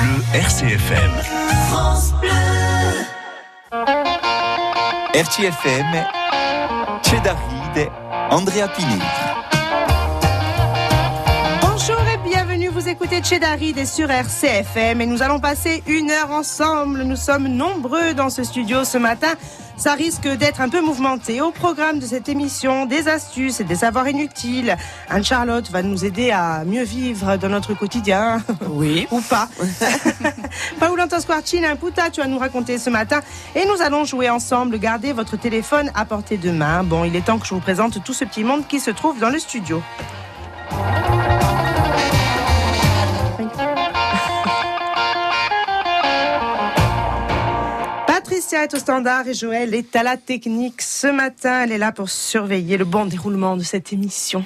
Bleu RCFM. France Bleu. RCFM, Chedaride, Andrea Pini. Bonjour et bienvenue, vous écoutez Chedaride et sur RCFM et nous allons passer une heure ensemble. Nous sommes nombreux dans ce studio ce matin. Ça risque d'être un peu mouvementé. Au programme de cette émission, des astuces et des savoirs inutiles. Anne-Charlotte va nous aider à mieux vivre dans notre quotidien. Oui. Ou pas. Paoulanta Squarcin, un puta, tu vas nous raconter ce matin. Et nous allons jouer ensemble. Gardez votre téléphone à portée de main. Bon, il est temps que je vous présente tout ce petit monde qui se trouve dans le studio. Patricia est au standard et Joël est à la technique ce matin. Elle est là pour surveiller le bon déroulement de cette émission.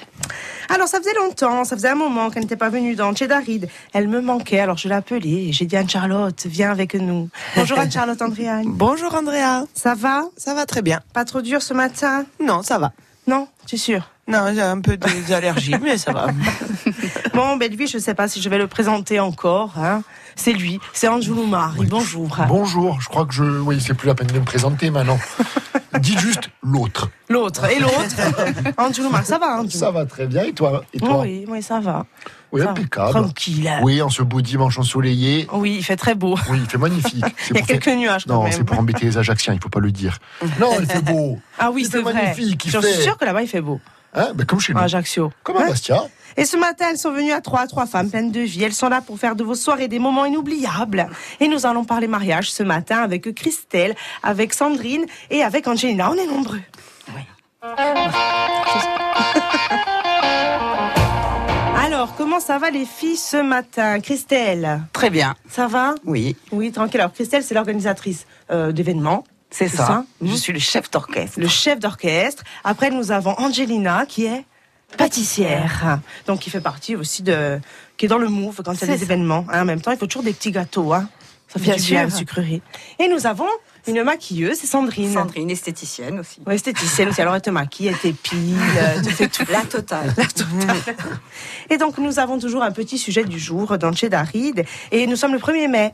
Alors, ça faisait longtemps, ça faisait un moment qu'elle n'était pas venue dans Chedaride. Elle me manquait, alors je l'ai appelée et j'ai dit Anne-Charlotte, viens avec nous. Bonjour Anne-Charlotte Andréane. Bonjour Andrea. Ça va Ça va très bien. Pas trop dur ce matin Non, ça va. Non Tu es sûre non, j'ai un peu des allergies, mais ça va. bon, ben lui, je ne sais pas si je vais le présenter encore. Hein. C'est lui, c'est Angelou Mari. Oui. Bonjour. Bonjour, je crois que je. Oui, c'est plus la peine de me présenter maintenant. Dites juste l'autre. L'autre, et l'autre. Angelou Mari, ça va, Angelou Ça va très bien, et toi, et toi Oui, oui, ça va. Oui, ça impeccable. Va. Tranquille. Oui, en ce beau dimanche ensoleillé. Oui, il fait très beau. Oui, il fait magnifique. il y a quelques fait... nuages quand non, même. Non, c'est pour embêter les Ajacciens, il ne faut pas le dire. Non, il fait beau. Ah oui, c'est magnifique. Je fait... suis sûre que là-bas, il fait beau. Hein ben comme chez nous. Ajaccio. Hein Comme à Bastia. Et ce matin, elles sont venues à trois, trois femmes pleines de vie. Elles sont là pour faire de vos soirées des moments inoubliables. Et nous allons parler mariage ce matin avec Christelle, avec Sandrine et avec Angelina. On est nombreux. Oui. Alors, comment ça va les filles ce matin Christelle Très bien. Ça va Oui. Oui, tranquille. Alors, Christelle, c'est l'organisatrice euh, d'événements. Mhm. C'est ça. ça. Je suis le chef d'orchestre. Le chef d'orchestre. Après, nous avons Angelina qui est pâtissière. Donc, qui fait partie aussi de. qui est dans le move quand il y a des ça. événements. Hein, en même temps, il faut toujours des petits gâteaux. Hein. Ça fait bien du bien, sucrerie. Et nous avons une maquilleuse, c'est Sandrine. Sandrine, esthéticienne aussi. Oui, esthéticienne aussi. Alors, elle te maquille, elle t'épile, elle te fait tout. La totale. La totale. Et donc, nous avons toujours un petit sujet du jour dans Chedaride. Et nous sommes le 1er mai.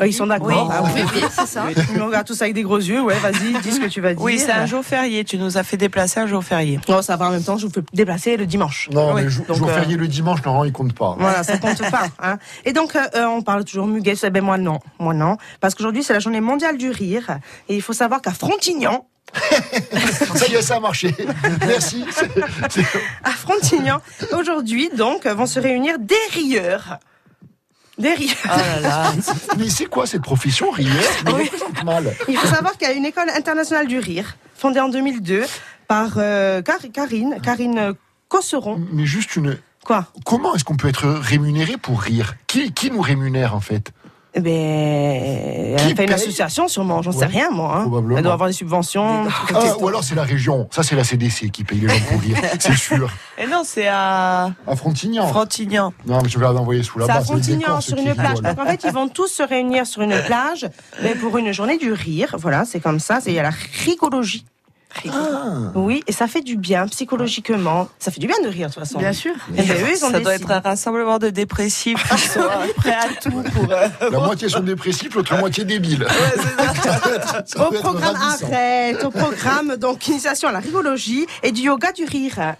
Oh, Ils sont d'accord. Oui, ah, oui, oui c'est ça. Ils nous regardent tous avec des gros yeux. Ouais, vas-y, dis ce que tu vas dire. Oui, c'est un jour férié. Tu nous as fait déplacer un jour férié. Non, Oh, ça va en même temps. Je vous fais déplacer le dimanche. Non, oui. mais donc, jour euh... férié le dimanche, normalement, il compte pas. Voilà, ça compte pas. Hein. Et donc, euh, on parle toujours muguet. Ben, moi, non. Moi, non. Parce qu'aujourd'hui, c'est la journée mondiale du rire. Et il faut savoir qu'à Frontignan, ça y est, ça a marché. Merci. C est, c est... À Frontignan, aujourd'hui, donc, vont se réunir des rieurs. Des rieurs. Oh là là. Mais c'est quoi cette profession rieur oui. mal. Il faut savoir qu'il y a une école internationale du rire, fondée en 2002 par euh, Car Karine, Karine euh, Cosseron. Mais juste une. Quoi Comment est-ce qu'on peut être rémunéré pour rire qui, qui nous rémunère en fait eh ben, elle fait une association sûrement, j'en ouais, sais rien moi. Hein. Elle doit avoir des subventions. Ah, ou alors c'est la région, ça c'est la CDC qui paye les gens pour rire, c'est sûr. Et non, c'est à... À Frontignan. Frontignan. Non, mais je vais l'envoyer sous la C'est à Frontignan, sur une plage. Voilà. Donc en fait, ils vont tous se réunir sur une plage mais pour une journée du rire. Voilà, c'est comme ça, il y a la rigologie. Ah. Oui, et ça fait du bien psychologiquement. Ça fait du bien de rire, de toute façon. Bien sûr. Eh Et ben, eux, ils ça ont doit décidé. être un rassemblement de dépressifs qui sont prêts à tout pour. Euh, la moitié sont dépressifs, l'autre moitié débiles. Ouais, ça. Ça ça au programme arrête, au programme donc initiation à la rigologie et du yoga du rire.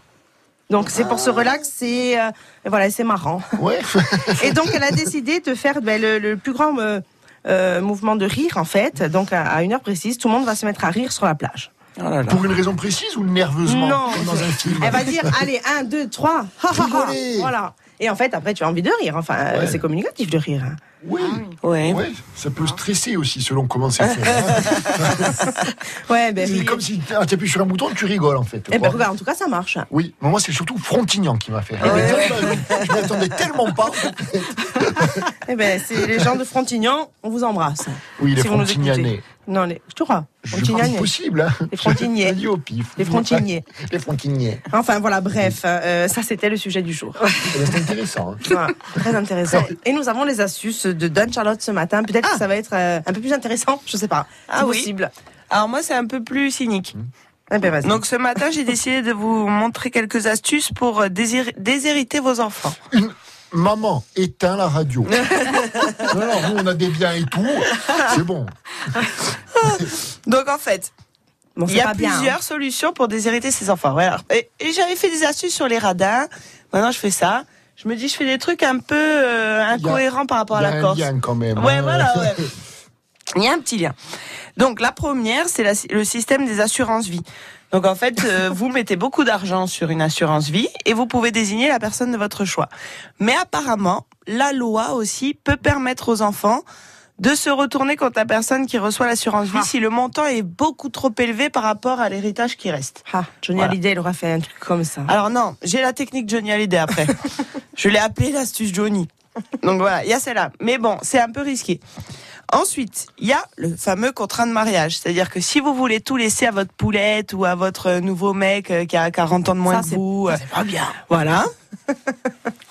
Donc c'est pour se relaxer, euh, et voilà, c'est marrant. Ah. Ouais. et donc elle a décidé de faire ben, le, le, plus grand euh, mouvement de rire en fait. Donc à, à une heure précise, tout le monde va se mettre à rire sur la plage. Oh là là. Pour une raison précise ou nerveusement non. Comme dans un film Elle va dire allez, 1, 2, 3, voilà. Et en fait, après, tu as envie de rire. Enfin, ouais. c'est Ah, communicatif de rire. hein. Oui. Ouais. ouais. Ça peut stresser aussi, selon comment c'est fait. ouais, ben, c'est comme si tu appuies sur un bouton, tu rigoles, en fait. Eh ben, regarde, en tout cas, ça marche. Oui, mais moi, c'est surtout Frontignan qui m'a fait rire. Ouais. Je m'attendais tellement pas. eh ben, c'est les gens de Frontignan, on vous embrasse. Oui, les si Frontignanais. Non, les... je te crois. Je pense possible. Hein. Les frontiniers. Je, je au pif. Les frontiniers. Les frontiniers. Enfin, voilà, bref, euh, ça c'était le sujet du jour. C'est intéressant. Hein. Voilà, très intéressant. Et nous avons les astuces de Don Charlotte ce matin. Peut-être ah. que ça va être euh, un peu plus intéressant, je sais pas. Ah oui. possible. Alors moi, c'est un peu plus cynique. Hmm. Eh Mmh. ben, Donc ce matin, j'ai décidé de vous montrer quelques astuces pour désir... déshériter vos enfants. Une... Maman, éteins la radio. non, non, nous, on a des biens et tout. C'est bon. Donc en fait, Bon, il c'est y a pas bien, plusieurs hein. solutions pour déshériter ses enfants. Voilà. Et, et j'avais fait des astuces sur les radins. Maintenant, je fais ça. Je me dis, je fais des trucs un peu euh, y a- incohérents par rapport Il y à a la un Corse. lien quand même. Ouais, hein. voilà, ouais. Il y a un petit lien. Donc la première, c'est la- le système des assurances vie. Donc en fait, euh, vous mettez beaucoup d'argent sur une assurance vie et vous pouvez désigner la personne de votre choix. Mais apparemment, la loi aussi peut permettre aux enfants de se retourner contre la personne qui reçoit l'assurance vie Ah. si le montant est beaucoup trop élevé par rapport à l'héritage qui reste. Ah, Johnny Voilà. Hallyday, il aura fait un truc comme ça. Alors non, j'ai la technique Johnny Hallyday après. Je l'ai appelée l'astuce Johnny. Donc voilà, il y a celle-là. Mais bon, c'est un peu risqué. Ensuite, il y a le fameux contrat de mariage. C'est-à-dire que si vous voulez tout laisser à votre poulette ou à votre euh, nouveau mec euh, qui a 40 ans de moins Ça, que c'est- vous, euh, pas bien. voilà.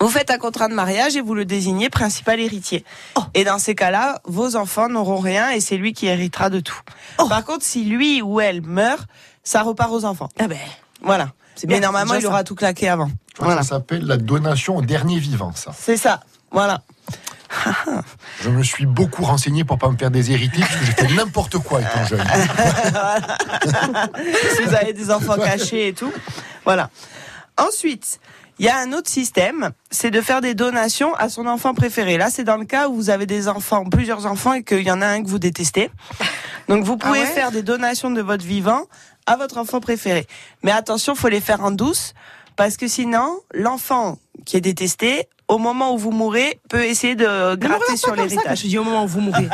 Vous faites un contrat de mariage et vous le désignez principal héritier. Oh. Et dans ces cas-là, vos enfants n'auront rien et c'est lui qui héritera de tout. Oh. Par contre, si lui ou elle meurt, ça repart aux enfants. Ah ben, Voilà. c'est bien. Mais normalement, déjà il ça. aura tout claqué avant. Je crois que Voilà. Ça s'appelle la donation au dernier vivant, ça. C'est ça. Voilà. Je me suis beaucoup renseigné pour pas me faire des héritiers, parce que j'ai fait n'importe quoi étant jeune. si vous avez des enfants cachés et tout. Voilà. Ensuite, il y a un autre système, c'est de faire des donations à son enfant préféré. Là, c'est dans le cas où vous avez des enfants, plusieurs enfants, et qu'il y en a un que vous détestez. Donc, vous pouvez Ah ouais faire des donations de votre vivant à votre enfant préféré. Mais attention, faut les faire en douce, parce que sinon, l'enfant qui est détesté, au moment où vous mourez, peut essayer de Ne me regarde gratter pas sur comme ça, quand l'héritage. Je dis au moment où vous mourrez.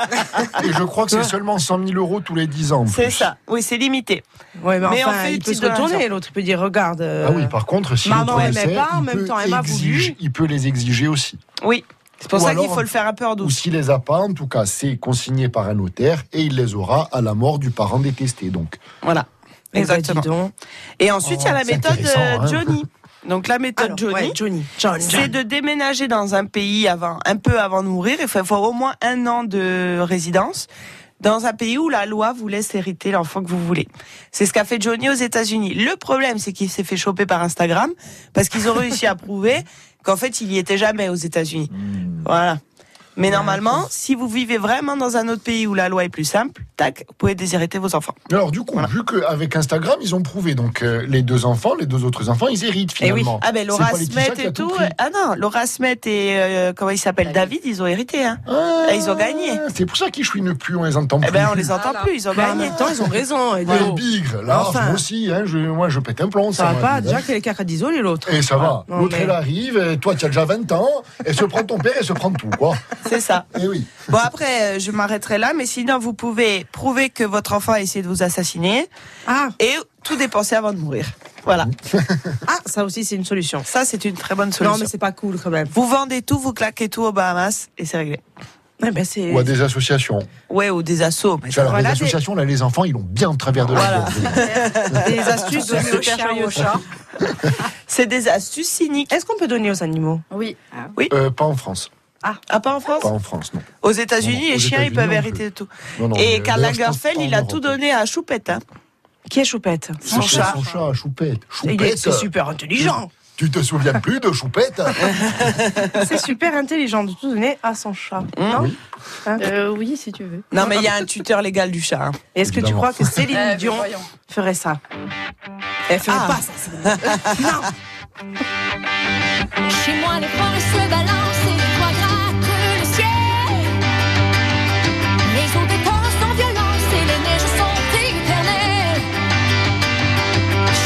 Et je crois que c'est seulement 100 000 euros tous les 10 ans. en C'est plus. ça. Oui, c'est limité. Ouais, mais, Mais on enfin, fait une il peut se petite retourner. L'autre, il peut dire regarde. euh, Ah oui, par contre, si Maman l'autre le aimait sait, pas, en il même peut temps, elle m'a voulu. exige- il peut les exiger aussi. Oui. C'est pour Ou ça qu'il alors- faut le faire un peu en Ou douce. s'il les a pas, en tout cas, c'est consigné par un notaire et il les aura à la mort du parent détesté. Donc, Voilà. eh ben, dis Exactement. donc. Et ensuite, il y a Oh, la c'est méthode intéressant, euh, hein. Johnny. Donc la méthode Alors, Johnny, ouais, Johnny. John, c'est John. de déménager dans un pays avant, un peu avant de mourir. Il faut, faut au moins un an de résidence dans un pays où la loi vous laisse hériter l'enfant que vous voulez. C'est ce qu'a fait Johnny aux États-Unis. Le problème, c'est qu'il s'est fait choper par Instagram parce qu'ils ont réussi à prouver qu'en fait, il y était jamais aux États-Unis. Voilà. Mais normalement, si vous vivez vraiment dans un autre pays où la loi est plus simple, tac, vous pouvez déshériter vos enfants. alors du coup, vu qu'avec Instagram, ils ont prouvé, donc euh, les deux enfants, les deux autres enfants, ils héritent Eh oui. finalement. Ah ben C'est Laura pas Laetitia Smet qui a et tout. pris. Ah non, Laura Smet et euh, comment il s'appelle David, David. ils ont hérité. Hein. Ah, Et ils ont gagné. C'est pour ça qu'ils chouinent ne plus, on les entend Eh plus. ben on les entend Voilà. plus, ils ont Bah, en gagné. même temps, ils ont raison. et Les donc, bigres, là, Enfin. moi aussi, hein, je, moi je pète un plomb. Ça va m'a pas, dit, déjà hein. que les cartes disent, et l'autre. Ah, Et Eh, ça va. Non, L'autre, mais- elle arrive, et toi, tu as déjà 20 ans, elle se prend ton père, elle se prend tout, quoi. C'est ça. Eh oui. Bon après, euh, je m'arrêterai là, mais sinon vous pouvez prouver que votre enfant a essayé de vous assassiner Ah, et tout dépenser avant de mourir. Voilà. ah, ça aussi, c'est une solution. Ça c'est une très bonne Non, solution. mais c'est pas cool quand même. Vous vendez tout, vous claquez tout aux Bahamas et c'est réglé. Ouais, ben, c'est. Ou à des associations. Ouais ou des assos. Mais Tu vois, alors, Voilà, les associations, là, les enfants, ils l'ont bien en travers de Voilà. la gorge. Des astuces de Donner au super chien ou curieux. au chat. C'est des astuces cyniques. Est-ce qu'on peut donner aux animaux Oui. Ah. Euh, pas en France. Ah pas en France. Pas en France, non. Aux États-Unis, Non, non, les aux chiens ils États-Unis, peuvent on hériter peut. de tout. Non, non, Et mais euh, Karl d'ailleurs, je pense Lagerfeld, pas en il a Europe. tout donné à Choupette. hein. Qui est Choupette Son C'est chat. Son chat, Choupette. Il est Choupette. c'est super intelligent. Tu te souviens plus de Choupette c'est super intelligent de tout donner à son chat. Mmh. Non Oui. Euh, oui, si tu veux. Non, mais il y a un tuteur légal du chat. hein. Et Est-ce que tu Évidemment. crois que Céline Euh, Dion voyons. ferait ça Elle fait Ah. pas ça. Chez moi, les poils se balancent et les toits grattent le ciel. Les eaux des torrents sont violence et les neiges sont éternelles.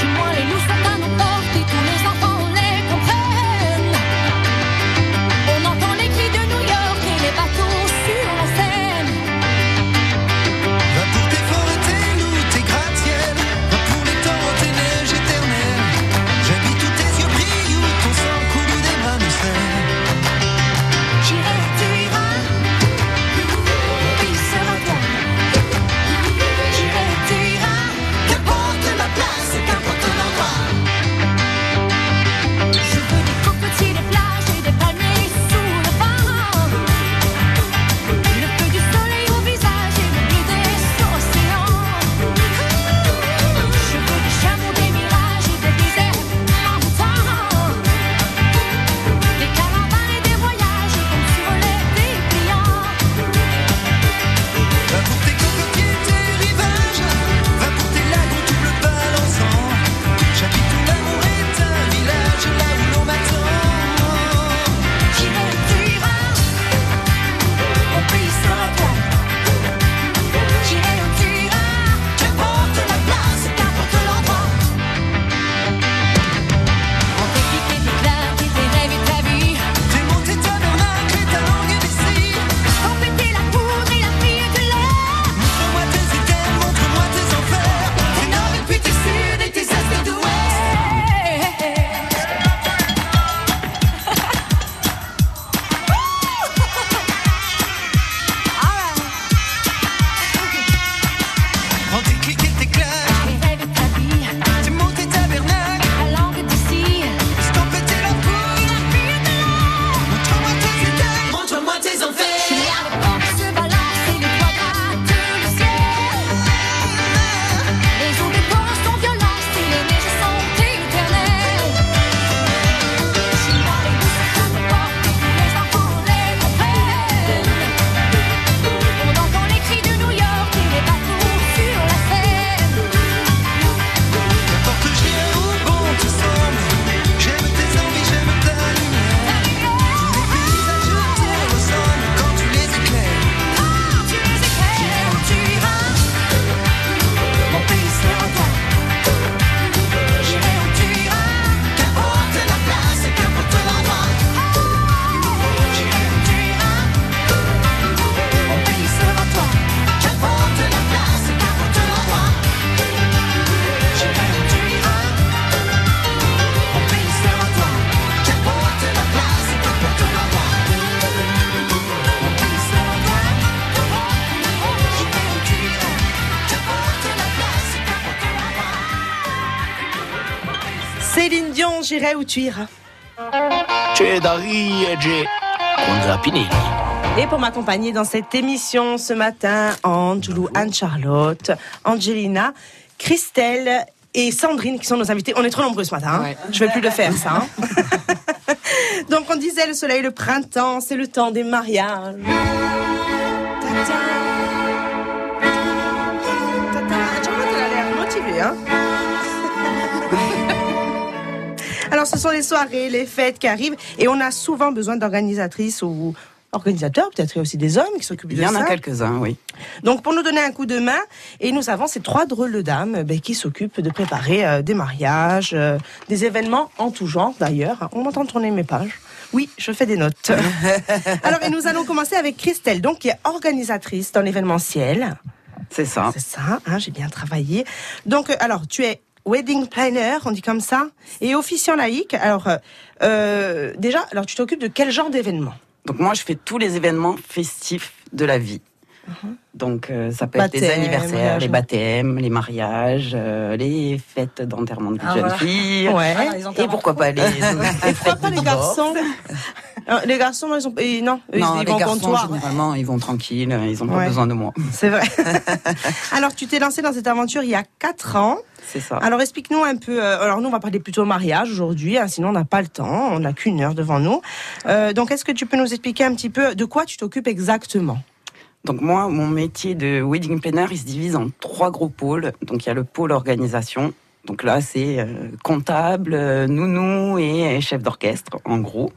Chez moi, les loups sont à nos portes et tous les enfants les comprennent. On entend les cris de New York et les bateaux sur la Seine. Va pour tes forêts, tes loups, tes gratte-ciels. Va pour les torrents, tes neiges éternelles. J'habite où tes yeux brillent, où ton sang coule, où des bras me serrent. j'irai où tu iras. Et pour m'accompagner dans cette émission ce matin, Angelou, Anne-Charlotte, Angelina, Christelle et Sandrine qui sont nos invités. On est trop nombreux ce matin. hein. Ouais. Je vais plus le faire ça. hein. Donc on disait le soleil, le printemps, c'est le temps des mariages. Ta-ta. Ta-ta. Anne-Charlotte, elle a l'air motivée, hein. Alors, ce sont les soirées, les fêtes qui arrivent, et on a souvent besoin d'organisatrices ou organisateurs, peut-être il y a aussi des hommes qui s'occupent de Il y ça. en a quelques-uns, oui. Donc, pour nous donner un coup de main, et nous avons ces trois drôles de dames ben, qui s'occupent de préparer euh, des mariages, euh, des événements en tout genre d'ailleurs. On m'entend tourner mes pages. Oui, je fais des notes. Alors, et nous allons commencer avec Christelle, donc qui est organisatrice dans l'événementiel. C'est ça. C'est ça, hein, j'ai bien travaillé. Donc, euh, alors, tu es wedding planner, on dit comme ça, et officiant laïque. Alors, euh, euh, déjà, alors tu t'occupes de quel genre d'événement Donc moi, je fais tous les événements festifs de la vie. Uh-huh. Donc euh, ça peut être les Baptême, anniversaires, les mariage. baptêmes, les mariages, euh, les fêtes d'enterrement de vie de Ah, jeune voilà. fille. Ouais. Et pourquoi pas les, Et pourquoi pas les garçons Euh, Les garçons, non, ils ont, ils- non, eux, Non, ils les vont au garçons, comptoir. généralement, ils vont tranquilles, euh, ils ont Ouais. pas besoin de moi. C'est vrai. alors, tu t'es lancé dans cette aventure il y a quatre ans. C'est ça. Alors, explique-nous un peu. euh, alors, nous, on va parler plutôt mariage aujourd'hui, hein, sinon on n'a pas le temps, on n'a qu'une heure devant nous. Euh, donc, est-ce que tu peux nous expliquer un petit peu de quoi tu t'occupes exactement Donc moi, mon métier de wedding planner, il se divise en trois gros pôles. Donc il y a le pôle organisation. Donc là, c'est euh, comptable, euh, nounou et chef d'orchestre, en gros.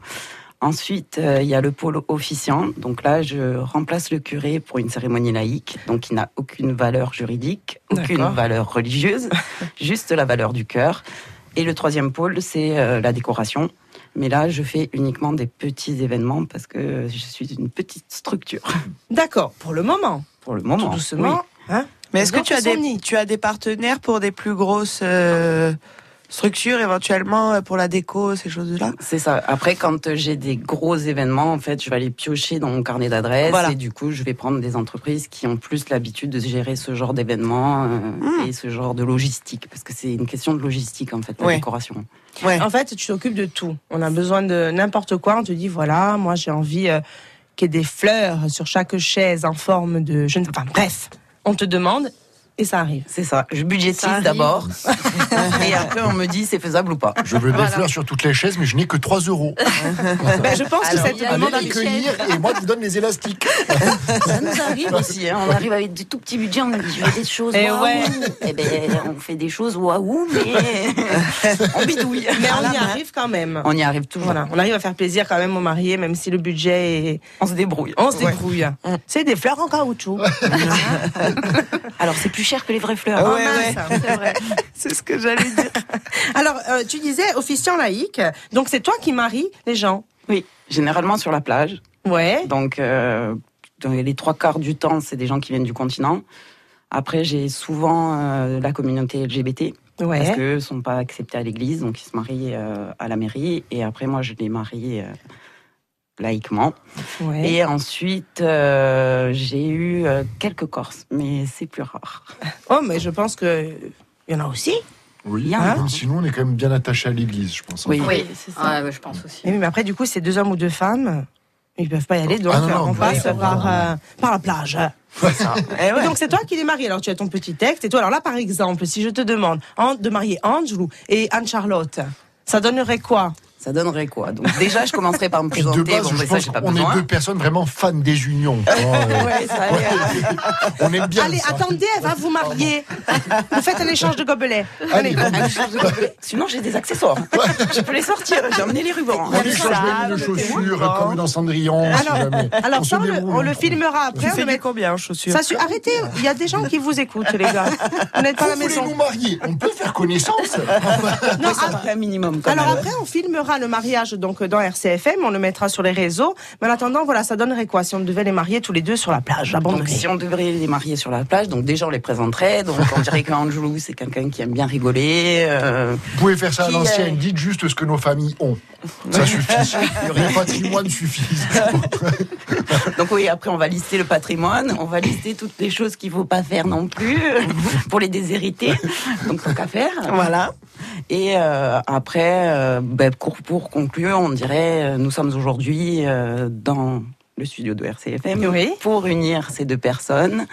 Ensuite, euh, il y a le pôle officiant. Donc là, je remplace le curé pour une cérémonie laïque, donc qui n'a aucune valeur juridique, aucune D'accord. valeur religieuse, juste la valeur du cœur. Et le troisième pôle, c'est euh, la décoration. Mais là, je fais uniquement des petits événements parce que je suis une petite structure D'accord, pour le moment. pour le moment. tout doucement. hein. Mais est-ce que Donc, tu as, ils sont des, nés. tu as des partenaires pour des plus grosses euh, structures, éventuellement euh, pour la déco, ces choses-là C'est ça. Après, euh, quand j'ai des gros événements, en fait, je vais aller piocher dans mon carnet d'adresses Voilà. et du coup, je vais prendre des entreprises qui ont plus l'habitude de gérer ce genre d'événements euh, Hmm. et ce genre de logistique, parce que c'est une question de logistique en fait, la Ouais. décoration. Ouais. En fait, tu t'occupes de tout. On a besoin de n'importe quoi. On te dit, voilà, moi j'ai envie euh, qu'il y ait des fleurs sur chaque chaise en forme de... Je ne... Enfin bref, on te demande et ça arrive. C'est ça. Je Ça budgétise arrive. d'abord et après on me dit c'est faisable ou pas. Je veux des fleurs sur toutes les chaises, mais je n'ai que 3 euros. Ben, je pense Alors, que ça te il y a Allez demande... une les cueillir et moi, je vous donne les élastiques. Ça nous arrive aussi. hein. On arrive avec des tout petits budgets, on me dit je veux des choses. Eh waouh. ouais. Eh ben, on fait des choses waouh, mais on bidouille. Mais on y arrive quand même. hein. On y arrive toujours. Voilà, on arrive à faire plaisir quand même aux mariés, même si le budget est... On se débrouille. Mm. On se débrouille. C'est des fleurs en caoutchouc. Alors c'est plus cher que les vraies fleurs. Ah Oh, Ouais, mince. C'est vrai. C'est ce que j'allais dire. Alors, euh, tu disais officiant laïque, donc c'est toi qui maries les gens. Oui, généralement sur la plage. Ouais. Donc, euh, dans les trois quarts du temps, c'est des gens qui viennent du continent. Après, j'ai souvent euh, la communauté LGBT parce Ouais. qu'eux ne sont pas acceptés à l'église, donc ils se marient euh, à la mairie. Et après, moi, je les marie euh, laïquement. ouais. Et ensuite, euh, j'ai eu euh, quelques Corses, mais c'est plus rare. Oh, mais je pense que... Il y en a aussi. Oui, Hein même si nous, on est quand même bien attachés à l'église, je pense. Oui. Oui, c'est ça. Ouais, ouais, je pense aussi. Mais, oui, mais après, du coup, c'est deux hommes ou deux femmes. Ils peuvent pas y aller, donc Ah non, non, euh, on oui, passe oui, par, oui. euh, par la plage. Eh ouais. Et donc, c'est toi qui les maries. Alors, tu as ton petit texte. Et toi, alors là, par exemple, si je te demande An- de marier Angelou et Anne-Charlotte, ça donnerait quoi Ça donnerait quoi Donc déjà, je commencerai par me Puis de présenter. base, bon, je mais ça, pense j'ai pas qu'on est besoin. deux personnes vraiment fans des unions. quoi. Euh, Ouais, ça, allez, allez. on aime bien Allez, ça. attendez, elle va vous marier. vous faites un échange de gobelets. Allez, Allez. on Sinon, j'ai des accessoires. Je peux les sortir. J'ai emmené les rubans. on échange Ah, même de chaussures, hein. comme dans Cendrillon, si jamais. Alors, On se ça, on le, déroule, on le hein. filmera Tu après. on fais le met- du combien en chaussures Ça, su- Arrêtez, il y a des gens qui vous écoutent, les gars. Vous n'êtes pas à la Vous voulez nous maison. marier On peut faire connaissance Non, après un minimum. Quand Alors même. après, on filmera le mariage donc dans RCFM, on le mettra sur les réseaux. Mais en attendant, voilà, ça donnerait quoi si on devait les marier tous les deux sur la plage, abandonnés Donc, si on devrait les marier sur la plage, donc déjà on les présenterait. Donc on dirait qu'Angelou c'est quelqu'un qui aime bien rigoler. euh, Vous pouvez faire ça à Qui, euh, l'ancienne, dites juste ce que nos familles ont. Ça suffit. Le patrimoine suffit. Donc oui, après on va lister le patrimoine, on va lister toutes les choses qu'il faut pas faire non plus euh, pour les déshériter. Donc tant qu'à faire. Voilà. Et euh, après, euh, ben, pour, pour conclure, on dirait, euh, nous sommes aujourd'hui euh, dans le studio de RCFM Oui. pour unir ces deux personnes.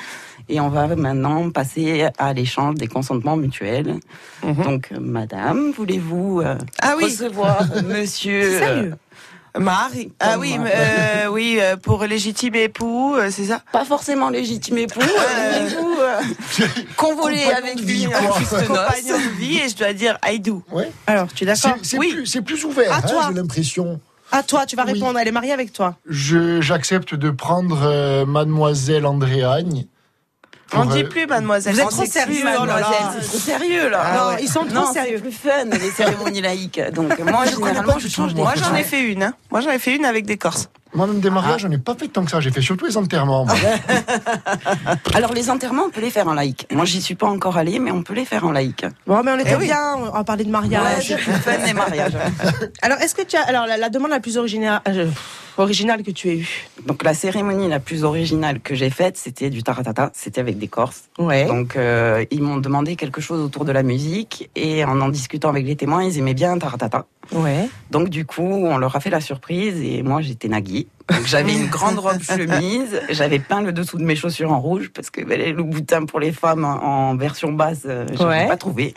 Et on va maintenant passer à l'échange des consentements mutuels. Mhm. Donc, euh, madame, voulez-vous euh, Ah oui. recevoir monsieur Salut. euh, Marie. Ah oui, Thomas. euh, oui, euh, pour légitime époux, euh, c'est ça Pas forcément légitime époux, Euh, euh, voulez-vous euh, convoler Compagnon avec de lui vie, hein, un quoi. fils de noces Compagnon de vie et je dois dire I do. Ouais. Alors, tu es C'est d'accord c'est Oui. plus, c'est plus ouvert, À hein, toi. j'ai l'impression. À toi, tu vas Oui. répondre. Elle est mariée avec toi. Je- J'accepte de prendre euh, mademoiselle Andréagne. pour, On dit euh, plus mademoiselle. Vous êtes On trop dit plus, sérieux, oh là là. Mademoiselle, c'est trop sérieux là. Ah ouais. Non, c'est C'est plus fun les cérémonies laïques. Donc moi, généralement, je change. Moi j'en ai fait une. hein. Moi j'en ai fait une avec des Corses. Moi-même des mariages, Ah. j'en ai pas fait tant que ça. J'ai fait surtout les enterrements. moi. Alors les enterrements, on peut les faire en laïque. Moi, j'y suis pas encore allée, mais on peut les faire en laïque. Bon, mais on était Eh oui. bien. On on parlait de Ouais, mariage. c'est plus fun les mariages. Alors, est-ce que tu as. Alors, la, la demande la plus originale, euh, originale que tu aies eue Donc la cérémonie la plus originale que j'ai faite, c'était du taratata. C'était avec des Corses. Ouais. Donc euh, ils m'ont demandé quelque chose autour de la musique et en en discutant avec les témoins, ils aimaient bien Taratata. Ouais. Donc du coup, on leur a fait la surprise et moi j'étais Nagui. Donc, J'avais une grande robe chemise, j'avais peint le dessous de mes chaussures en rouge parce que ben, le boutin pour les femmes en version basse, euh, je Ouais. pas trouvé.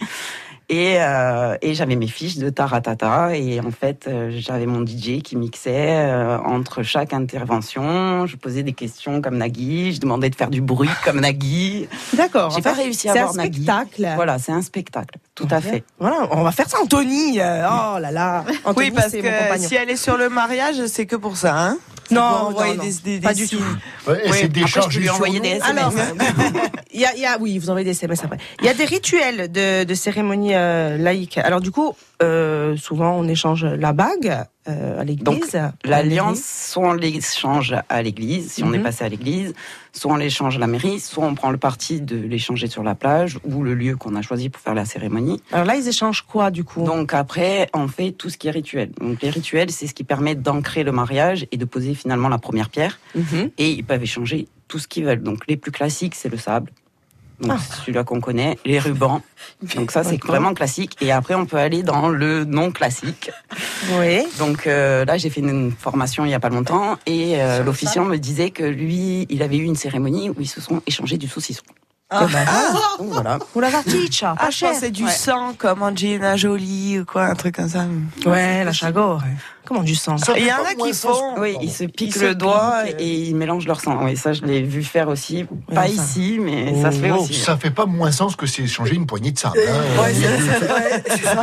Et, euh, et j'avais mes fiches de taratata et en fait euh, j'avais mon DJ qui mixait euh, entre chaque intervention. Je posais des questions comme Nagui, je demandais de faire du bruit comme Nagui. D'accord. J'ai en pas fait, réussi à C'est un voir Nagui. spectacle. Voilà, c'est un spectacle, tout à fait. Voilà, on va faire ça, Anthony. euh, Oh là là. Anthony, oui, parce c'est mon que compagnon. si elle est sur le mariage, c'est que pour ça. Hein Non, Pour envoyer non, non, des, des- des pas du signes. Oui, Ouais, et c'est après, Après, je déchargé lui ai sur envoyé nous. des SMS. Alors, il y a, il y a- oui, vous envoyez des SMS après. Il y a des rituels de, de cérémonies euh, laïques. Alors du coup, euh, souvent on échange la bague euh, à Donc, l'église. L'alliance, soit on l'échange à l'église, si on est Mhm. passé à l'église, soit on l'échange à la mairie, soit on prend le parti de l'échanger sur la plage ou le lieu qu'on a choisi pour faire la cérémonie. Alors là, ils échangent quoi du coup Donc après, on fait tout ce qui est rituel. Donc les rituels, c'est ce qui permet d'ancrer le mariage et de poser finalement la première pierre. Mhm. Et ils peuvent échanger tout ce qu'ils veulent. Donc les plus classiques, c'est le sable. Donc Ah. c'est celui-là qu'on connaît, les rubans. Donc ça, c'est D'accord. vraiment classique. Et après, on peut aller dans le non classique. Oui. Donc euh, là, j'ai fait une, une formation il y a pas longtemps et euh, l'officiant me disait que lui, il avait eu une cérémonie où ils se sont échangés du saucisson. Ah. Donc voilà. Pour la varticha, Ah, pas je cher. pensais du ouais. sang comme Angelina Jolie ou quoi, un truc comme ça. Ouais, la chagore. Comment du sang Ça fait Il y en pas a moins qui sens- font. Oui, ils se piquent Ils se le doigt piquent, euh. et ils mélangent leur sang. Oui, ça, je l'ai vu faire aussi. Pas enfin. ici, mais ça se fait Oh, aussi. ça fait pas moins sens que c'est échanger une poignée de sable. hein. Ouais, c'est- c'est ça.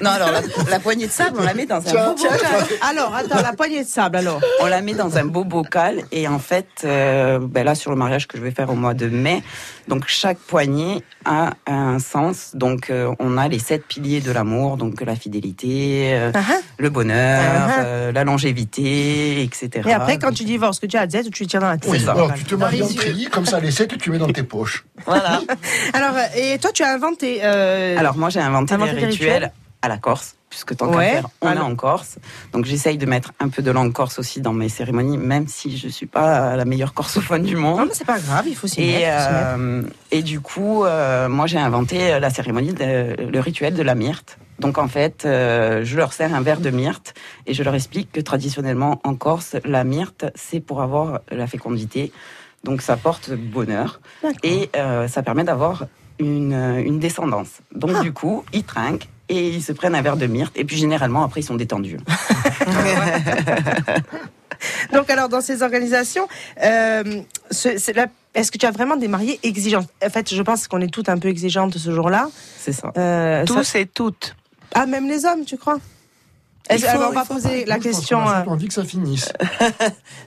Non, alors la, la poignée de sable, on la met dans un beau bocal. Alors, attends, la poignée de sable alors. On la met dans un beau bocal et en fait, euh, ben là sur le mariage que je vais faire au mois de mai, donc chaque poignée a un sens. Donc euh, on a les sept piliers de l'amour, donc la fidélité, euh, Ah, ah. le bonheur, Ah, ah. euh, la longévité, etc. Et après, quand tu divorces, que tu as la tête, tu tires dans la tête. Oui, ça. alors tu te maries les en tri, comme ça les sept, tu mets dans tes poches. Voilà. Alors, euh, et toi, tu as inventé. euh, Alors moi j'ai inventé, Inventé des des rituels, rituels à la Corse, puisque tant Ouais, qu'à faire, on est alors- en Corse. Donc j'essaye de mettre un peu de langue corse aussi dans mes cérémonies, même si je suis pas la meilleure corsophone du monde. non, mais c'est pas grave, il faut s'y Et, mettre. faut s'y mettre. euh, et du coup, euh, moi j'ai inventé la cérémonie, de- euh, le rituel de la myrte. Donc en fait, euh, je leur sers un verre de myrte et je leur explique que traditionnellement en Corse, la myrte, c'est pour avoir la fécondité. Donc ça porte bonheur D'accord. et euh, ça permet d'avoir une, euh, une descendance. Donc du coup, ils trinquent et ils se prennent un verre de myrte et puis généralement après ils sont détendus. Donc alors dans ces organisations, euh, ce- c'est la- est-ce que tu as vraiment des mariés exigeantes En fait, je pense qu'on est toutes un peu exigeantes ce jour-là. C'est ça. Euh, ça- Tous et toutes. Ah, même les hommes, tu crois Est-ce- Il faut- alors, on il va faut poser la Moi, je pense question. qu'on a euh, surtout envie que ça finisse.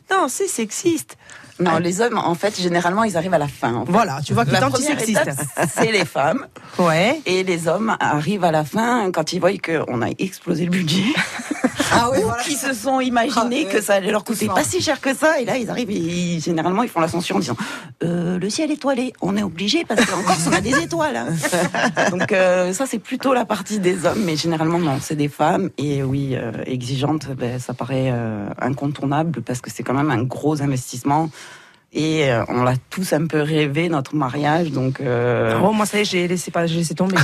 Non, c'est sexiste. Non, les hommes en fait généralement ils arrivent à la fin. en fait. Voilà, tu vois que La t'es première antisexiste. étape, c'est les femmes. Ouais. Et les hommes arrivent à la fin quand ils voient qu'on a explosé le budget. Ah oui, Ils se sont imaginés Ah, que ça allait leur coûter pas si cher que ça. Et là, ils arrivent et ils- généralement, ils font la censure en disant Euh, Le ciel étoilé, on est obligé parce qu'en Corse, on a des étoiles. hein. Donc, euh, ça, c'est plutôt la partie des hommes, mais généralement, non, c'est des femmes. Et oui, euh, exigeantes, ben, ça paraît euh, incontournable parce que c'est quand même un gros investissement. Et euh, on l'a tous un peu rêvé, notre mariage. Donc, euh, Oh, moi, ça y est, j'ai laissé, pas, j'ai laissé tomber.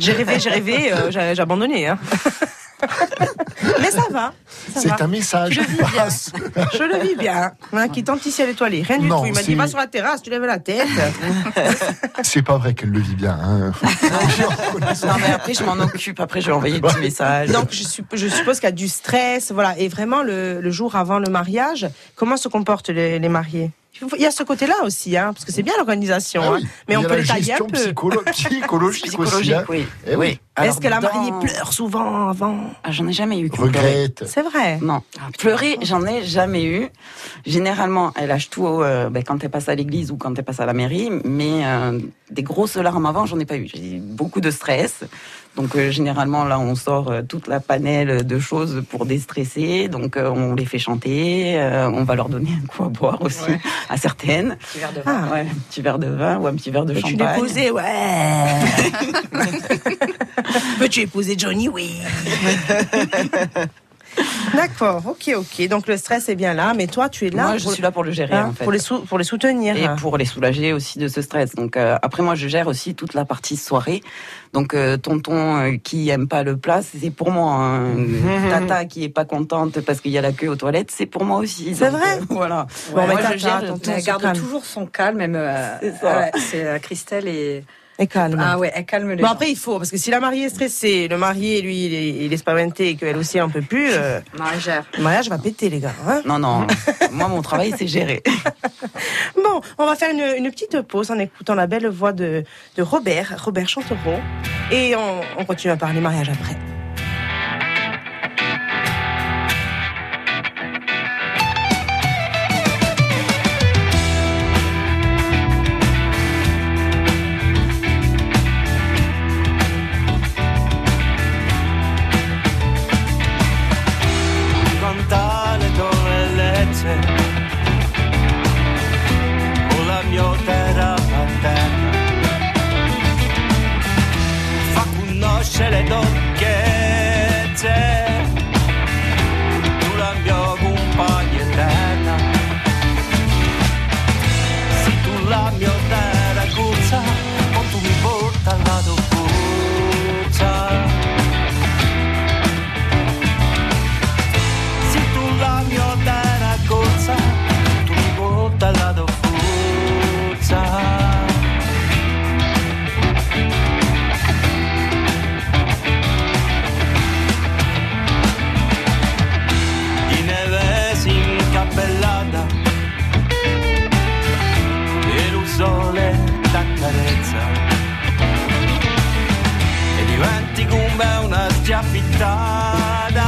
j'ai rêvé, j'ai rêvé, euh, j'ai, j'ai abandonné. hein. Mais ça va, ça va. C'est un message qui passe. Je le vis bien. Voilà, qui tente ici à l'étoilée. Rien du Non, tout. Il m'a c'est- dit, va sur la terrasse, tu lèves la tête. C'est pas vrai qu'elle le vit bien. hein. non, mais après, je m'en occupe. Après, je vais envoyer des petits messages. Donc, je, supp- je suppose qu'il y a du stress. Voilà. Et vraiment, le, le jour avant le mariage, comment se comportent les, les mariés Il faut- il y a ce côté-là aussi, hein, parce que c'est bien l'organisation. Ah hein. oui, Mais il on y a peut la les tailler un gestion peu. psycholo- psychologique aussi. Psychologique, hein. oui. Eh oui. Alors, Est-ce que la dans- mariée pleure souvent avant Ah, J'en ai jamais eu. qui pleurait. Regrette. C'est vrai. Non, pleurer, j'en ai jamais eu. Généralement, elle lâche tout euh, ben, quand elle passe à l'église ou quand elle passe à la mairie, mais euh, des grosses larmes avant, j'en ai pas eu. J'ai eu beaucoup de stress. Donc, euh, généralement, là, on sort euh, toute la panelle de choses pour déstresser. Donc, euh, on les fait chanter, euh, on va leur donner un coup à boire aussi, à certaines. Ah, Ouais, un petit verre de vin ou un petit verre de Peux-tu champagne. l'épouser Ouais. Peux-tu épouser Johnny Oui. D'accord, ok, ok. Donc le stress est bien là, mais toi, tu es là Moi, je pour, suis là pour le gérer, hein, en fait. pour les, sou- pour les soutenir. et pour les soulager aussi de ce stress. Donc euh, après moi je gère aussi toute la partie soirée. Donc euh, tonton euh, qui aime pas le plat, c'est pour moi. hein. Tata qui est pas contente parce qu'il y a la queue aux toilettes, c'est pour moi aussi. C'est Donc, vrai euh, Voilà. Bon, mais moi, tata, je gère tonton, Mais elle se garde calme. toujours son calme, même. euh, C'est ça. ouais, c'est euh, Christelle et. Et calme. Ah ouais, elle calme les Bon gens. après il faut parce que si la mariée est stressée, le marié lui il est, il est spaventé et qu'elle aussi un peu plus, euh, Non, elle gère. le mariage va péter les gars. hein. Non non, moi mon travail c'est gérer. bon, on va faire une, une petite pause en écoutant la belle voix de, de Robert, Robert Chantereau, et on, on continue à parler mariage après. cantare dove legge con la mia terra paterna fa conoscere dolchezze tu la mia compagna eterna se tu la mia terra cursa o tu mi porta alla lato Si tu la mia terra corsa, tu mi porta alla tua forza. Ti ne vesi incappellata e lo sole t'accarezza. E diventi come una schiaffittata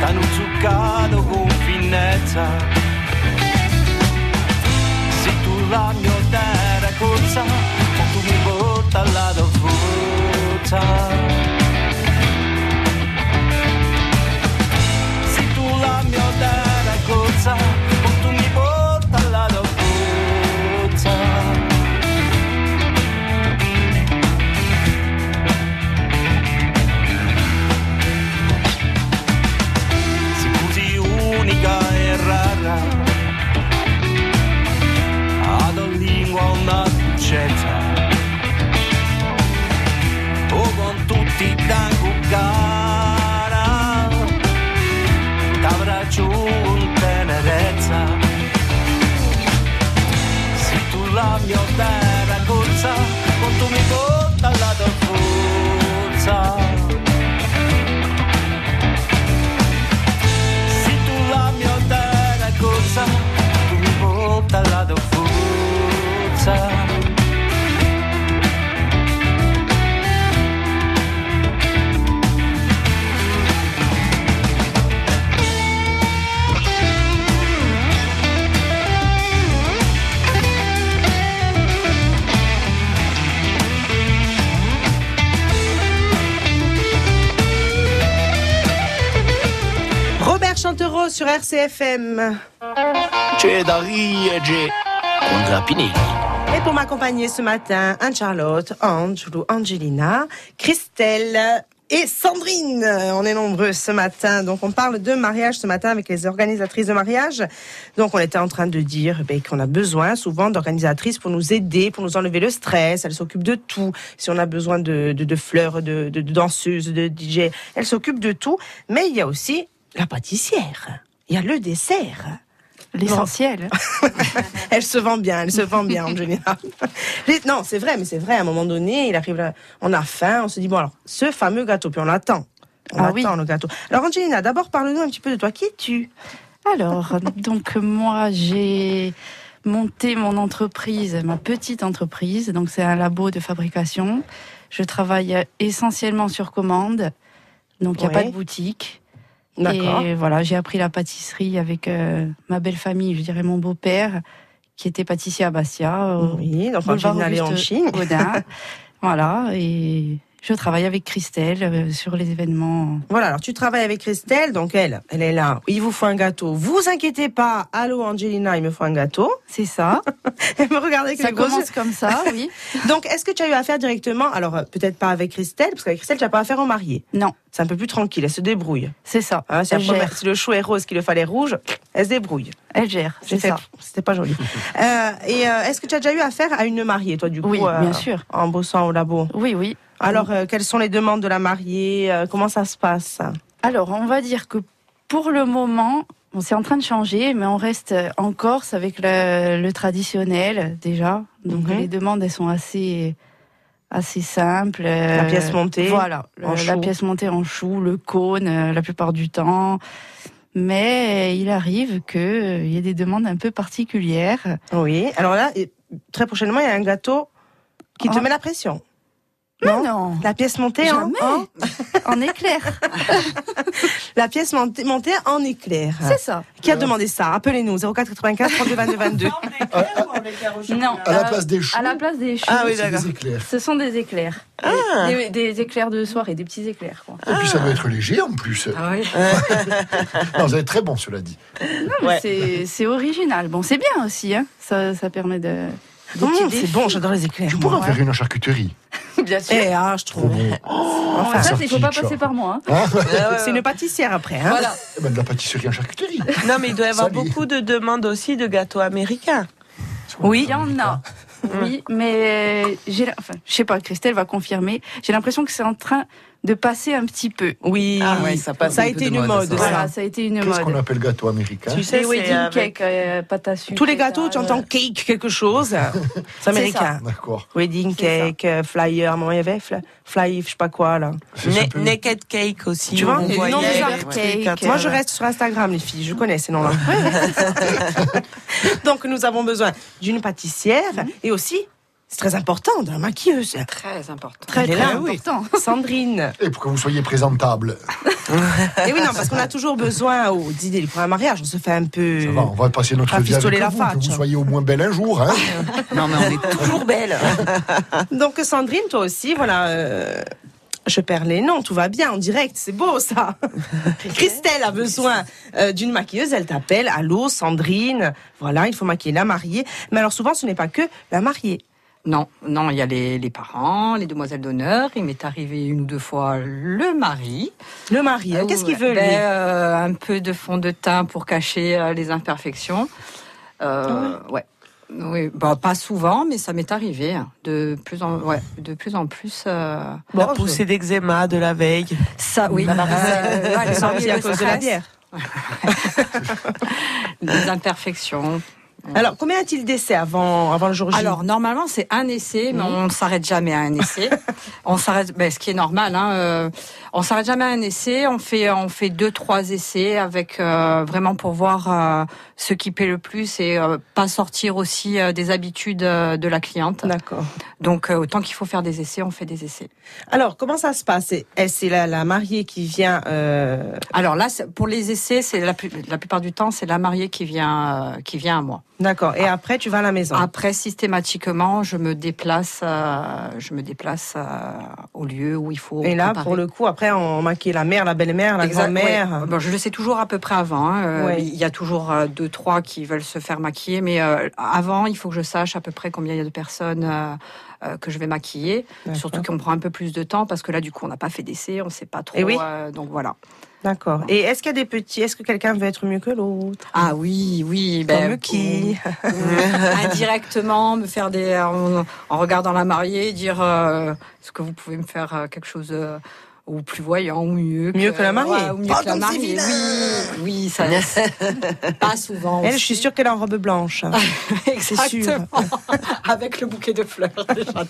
t'hanno zuccato con finezza. Se tu la mia terra corsa, tu mi porta alla tua forza. Se tu la mia terra corsa, tu mi porta alla tua forza. sei così unica e rara ad ogni lingua una dolcezza o con tutti tango cara t'avraccio con tenerezza se tu la mia terra corsa con tu mi porta alla tua forza Si tu la mia terra corsa, tu mi porta alla tua forza. Robert Chantereau sur RCFM. C'è da riege con Grappinelli. Et pour m'accompagner ce matin, Anne-Charlotte, Ange ou Angelina, Christelle, et Sandrine. Euh, On est nombreux ce matin. Donc, on parle de mariage ce matin avec les organisatrices de mariage. Donc, on était en train de dire eh ben, qu'on a besoin souvent d'organisatrices pour nous aider, pour nous enlever le stress. Elles s'occupent de tout. Si on a besoin de, de- de fleurs, de, de- de danseuses, de DJ, elles s'occupent de tout. Mais il y a aussi la pâtissière. Il y a le dessert. L'essentiel. elle se vend bien, elle se vend bien en général. Les- non, c'est vrai, mais c'est vrai, à un moment donné, il arrive là, on a faim, on se dit, bon, alors, ce fameux gâteau, puis on attend. On Ah attend oui. le gâteau. Alors, Angelina, d'abord, parle-nous un petit peu de toi. Qui es-tu Alors, donc moi, j'ai monté mon entreprise, ma petite entreprise. Donc, c'est un labo de fabrication. Je travaille essentiellement sur commande. Donc, il n'y a pas Ouais. de boutique. D'accord. Et voilà, j'ai appris la pâtisserie avec euh, ma belle famille, je dirais mon beau-père, qui était pâtissier à Bastia. au Oui, donc boulevard Angelina Auguste Léonchine. Gaudin. voilà, et je travaille avec Christelle euh, sur les événements. Voilà, alors tu travailles avec Christelle, donc elle, elle est là. Il vous faut un gâteau. Vous inquiétez pas. Allô, Angelina, il me faut un gâteau. C'est ça. elle me regarde avec Ça les gros yeux. commence comme ça, oui. Donc, est-ce que tu as eu affaire directement Alors, euh, peut-être pas avec Christelle, parce qu'avec Christelle, tu n'as pas affaire aux mariés. Non, C'est un peu plus tranquille, elle se débrouille. c'est ça. Hein, si, la elle, gère, première- si le chou est rose, qu'il le fallait rouge, elle se débrouille. elle gère, J'ai c'est fait. ça. C'était pas joli. Euh, et euh, est-ce que tu as déjà eu affaire à une mariée, toi, du coup Oui, euh, bien sûr. En bossant au labo. Oui, oui. Alors, euh, quelles sont les demandes de la mariée euh, Comment ça se passe Alors, on va dire que pour le moment, on s'est en train de changer, mais on reste en Corse avec le, le traditionnel déjà. Donc Mhm. les demandes, elles sont assez, assez simples. La Euh, pièce montée Voilà, en le- la chou. pièce montée en chou, le cône euh, la plupart du temps. Mais euh, il arrive qu'il y ait des demandes un peu particulières. Oui. Alors là, et- très prochainement, il y a un gâteau qui te Ah. met la pression. Non, non, La pièce montée en, Jamais. en- en éclair, la pièce montée, montée en éclair. c'est ça. Qui a demandé ça Appelez-nous 04 84 32 22 22. Non, À la euh, place des choux, à la place des choux, Ah oui, c'est d'accord. des éclairs. ce sont des éclairs. Ah. Des, des éclairs de soirée, des petits éclairs. Quoi. Et puis ça doit être léger en plus. Ah oui. Non, vous êtes très bon, cela dit. Ouais. C'est- C'est original. Bon, c'est bien aussi, hein. ça, ça permet de. des Mmh, petits c'est défis. bon, j'adore les éclairs. Tu pourrais en ouais. faire une en charcuterie. Oh, Bien sûr. Eh, hein, ah, je Trop trouve. bon. Enfin, ça, ça, c'est faut pas sorti, passer tu vois. par moi. hein. c'est une pâtissière après. Hein. Voilà. Eh ben, de la pâtisserie en charcuterie. Non, mais il doit y avoir Salut. beaucoup de demandes aussi de gâteaux américains. Oui, il y en a. Mm. Oui, mais euh, j'ai, la- enfin, je sais pas, Christelle va confirmer. J'ai l'impression que c'est en train de passer un petit peu. Oui, Ah ouais, ça passe ça a un peu été de une mode, mode. ça. ça. Voilà, ça a été une Qu'est-ce qu'on mode. appelle gâteau américain Tu sais, Les c'est wedding avec- cake, euh, pâte à sucre. Tous les gâteaux, tu pétales. entends cake, quelque chose. euh, C'est américain. D'accord. Wedding C'est ça. cake, euh, flyer, moment il y avait fla- flyer, je sais pas quoi là. C'est Na- un peu- Naked Cake aussi. Tu vois, on les voyait noms des des artistes. trucs à Moi je travers. reste sur Instagram les filles, je connais ces noms-là. Donc nous avons besoin d'une pâtissière et aussi, c'est très important, d'un maquilleuse. Très important. Très, Elle est très là, oui. important. Sandrine. Et pour que vous soyez présentable. Et oui non parce qu'on a toujours besoin aux idées pour un mariage, on se fait un peu. Ça va, on va passer notre Pas vie avec pistoler la vous, face, que vous hein. soyez au moins belle un jour. hein. Non, mais on est toujours belle. Donc Sandrine, toi aussi, voilà. euh, Je perds les noms, tout va bien en direct, c'est beau ça. Christelle a besoin euh, d'une maquilleuse, elle t'appelle, allô Sandrine, voilà, il faut maquiller la mariée. Mais alors souvent ce n'est pas que la mariée. Non, non, il y a les, les parents, les demoiselles d'honneur. Il m'est arrivé une ou deux fois le mari. Le mari, hein, Euh, qu'est-ce qu'il ouais, veut ben, lui euh, Un peu de fond de teint pour cacher euh, les imperfections. Euh, Ah ouais. Oui, bah, pas souvent, mais ça m'est arrivé. hein. De plus en, ouais, de plus en plus. euh, La Bon, poussée d'eczéma de la veille. ça, oui. Euh, ouais, je- le mari, c'est à le cause de la stress, bière. Les imperfections. Alors combien a-t-il d'essais avant, avant le jour J Alors normalement c'est un essai, mais on ne s'arrête jamais à un essai. on s'arrête, ben, ce qui est normal. Hein, euh, on s'arrête jamais à un essai. On fait, on fait deux, trois essais avec euh, vraiment pour voir euh, ce qui paie le plus et euh, pas sortir aussi euh, des habitudes euh, de la cliente. D'accord. Donc euh, autant qu'il faut faire des essais, on fait des essais. Alors comment ça se passe C'est- elle- C'est la, la mariée qui vient. euh, Alors là, c'est- pour les essais, c'est la, pu- la plupart du temps c'est la mariée qui vient, euh, qui vient à moi. D'accord. Et après, tu vas à la maison. Après, systématiquement, je me déplace, euh, je me déplace euh, au lieu où il faut. Et là, préparer. pour le coup, après, on maquille la mère, la belle-mère, la Exact- grand-mère. ouais. Bon, je le sais toujours à peu près avant. hein. Euh, Ouais. Il y a toujours euh, deux, trois qui veulent se faire maquiller, mais euh, avant, il faut que je sache à peu près combien il y a de personnes euh, euh, que je vais maquiller. D'accord. Surtout qu'on prend un peu plus de temps parce que là, du coup, on n'a pas fait d'essai, on ne sait pas trop. Eh oui. euh, donc voilà. D'accord. Et est-ce qu'il y a des petits Est-ce que quelqu'un veut être mieux que l'autre Ah oui, oui. ben, Comme qui indirectement me faire des en, en regardant la mariée dire euh, est-ce que vous pouvez me faire euh, quelque chose euh, ou plus voyant ou mieux Mieux que la mariée. ouais, ou mieux Oh, que la comme c'est mariée vilain. oui oui ça pas souvent Elle, je aussi. suis sûre qu'elle est en robe blanche. c'est sûr. Exactement. avec le bouquet de fleurs déjà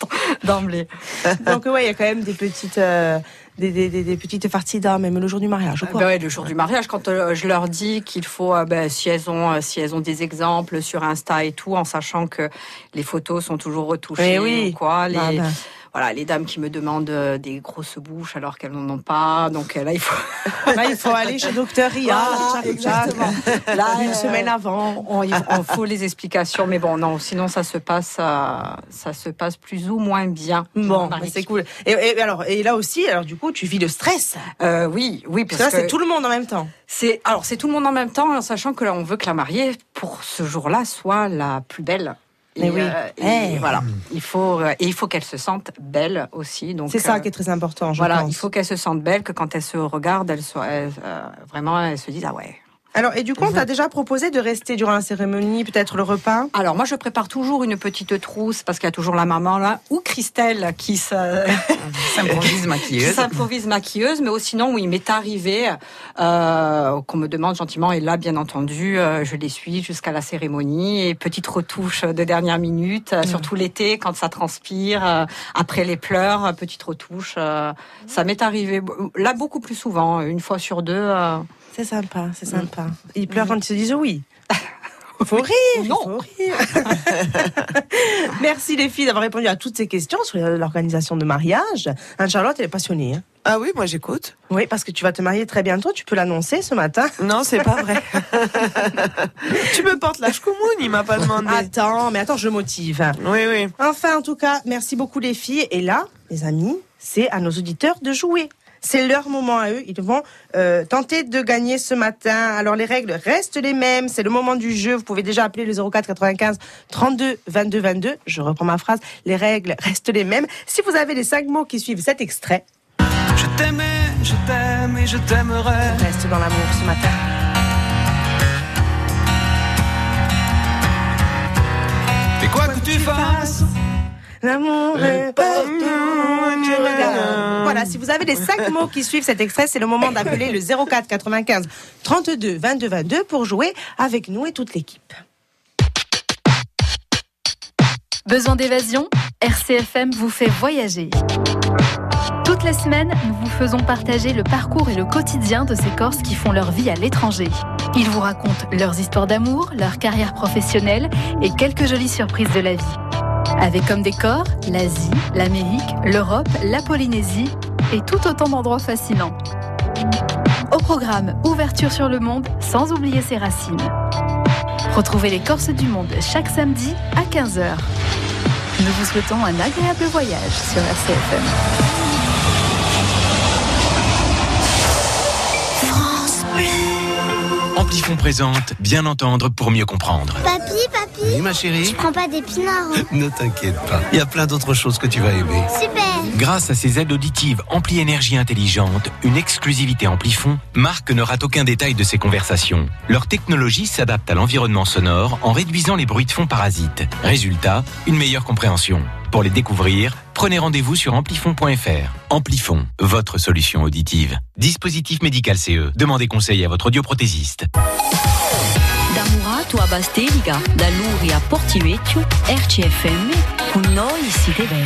d'emblée Donc ouais, il y a quand même des petites, euh, des, des, des, des petites farcidas, même le jour du mariage. Euh, Quoi. ben ouais, le jour du mariage, quand euh, je leur dis qu'il faut, euh, ben, si elles ont, euh, si elles ont des exemples sur Insta et tout, en sachant que les photos sont toujours retouchées, Eh oui. ou quoi, les, Ah ben. voilà, les dames qui me demandent euh, des grosses bouches alors qu'elles n'en ont pas, donc euh, là il faut. Là, Ah bah, il faut aller chez docteur Ria. Voilà, exactement. Là, Une euh, semaine avant. On, il- on faut les explications, mais bon, non, sinon ça se passe, euh, ça se passe plus ou moins bien. Bon, bah, Marie. c'est cool. Et, et alors, et là aussi, alors du coup, tu vis le stress. Euh, oui, oui, Parce parce, que là, que c'est tout le monde en même temps. C'est alors c'est tout le monde en même temps, en sachant que là on veut que la mariée pour ce jour-là soit la plus belle. Et, euh, Mais oui. et Eh. voilà, il faut euh, et il faut qu'elle se sente belle aussi. Donc C'est ça euh, qui est très important, je voilà, pense. il faut qu'elle se sente belle, que quand elle se regarde, elle soit elle, euh, vraiment, elle se dise ah ouais. Alors, et du coup, on t'a déjà proposé de rester durant la cérémonie, peut-être le repas Alors moi je prépare toujours une petite trousse parce qu'il y a toujours la maman là ou Christelle qui se- S'improvise qui euh, maquilleuse. s'improvise maquilleuse, mais aussi sinon oui, il m'est arrivé euh, qu'on me demande gentiment et là bien entendu euh, je les suis jusqu'à la cérémonie et petite retouche de dernière minute, euh, surtout l'été quand ça transpire euh, après les pleurs, euh, petite retouche, euh, ça m'est arrivé bo- là beaucoup plus souvent, une fois sur deux. euh, C'est sympa, c'est mm. sympa. Ils pleurent quand ils se disent oui. Faut rire, Non. faut rire. Merci les filles d'avoir répondu à toutes ces questions sur l'organisation de mariage. Anne Charlotte, elle est passionnée. hein. Ah oui, moi j'écoute. Oui, parce que tu vas te marier très bientôt, tu peux l'annoncer ce matin. Non, c'est pas vrai. tu me portes la chkoumoune, il m'a pas demandé. Attends, mais attends, je motive. oui, oui. Enfin, en tout cas, merci beaucoup les filles. Et là, les amis, c'est à nos auditeurs de jouer. C'est leur moment à eux. Ils vont euh, tenter de gagner ce matin. Alors les règles restent les mêmes. C'est le moment du jeu. Vous pouvez déjà appeler le 04 95 32 22 22. Je reprends ma phrase. Les règles restent les mêmes. Si vous avez les cinq mots qui suivent cet extrait, Je t'aimais, je t'aime et je t'aimerai. on reste dans l'amour ce matin. Et quoi que tu fasses, L'amour est partout. tu regardes. Voilà, si vous avez les cinq mots qui suivent cet extrait, c'est le moment d'appeler le 04 95 32 22 22 pour jouer avec nous et toute l'équipe. Besoin d'évasion RCFM vous fait voyager. Toute la semaine, nous vous faisons partager le parcours et le quotidien de ces Corses qui font leur vie à l'étranger. Ils vous racontent leurs histoires d'amour, leur carrière professionnelle et quelques jolies surprises de la vie. Avec comme décor l'Asie, l'Amérique, l'Europe, la Polynésie et tout autant d'endroits fascinants. Au programme Ouverture sur le monde, sans oublier ses racines. Retrouvez les Corses du monde chaque samedi à 15h. Nous vous souhaitons un agréable voyage sur RCFM. Amplifon présente, bien entendre pour mieux comprendre. Papi, papi, Oui ma chérie tu prends pas d'épinards hein Ne t'inquiète pas, il y a plein d'autres choses que tu vas aimer. Super Grâce à ses aides auditives Ampli Énergie Intelligente, une exclusivité Amplifon, Marc ne rate aucun détail de ses conversations. Leur technologie s'adapte à l'environnement sonore en réduisant les bruits de fond parasites. Résultat, une meilleure compréhension. Pour les découvrir, prenez rendez-vous sur amplifon.fr. Amplifon, votre solution auditive. Dispositif médical CE. Demandez conseil à votre audioprothésiste. Damura to abaste liga, da luri a Portivetio, RCFM, con noi si deve.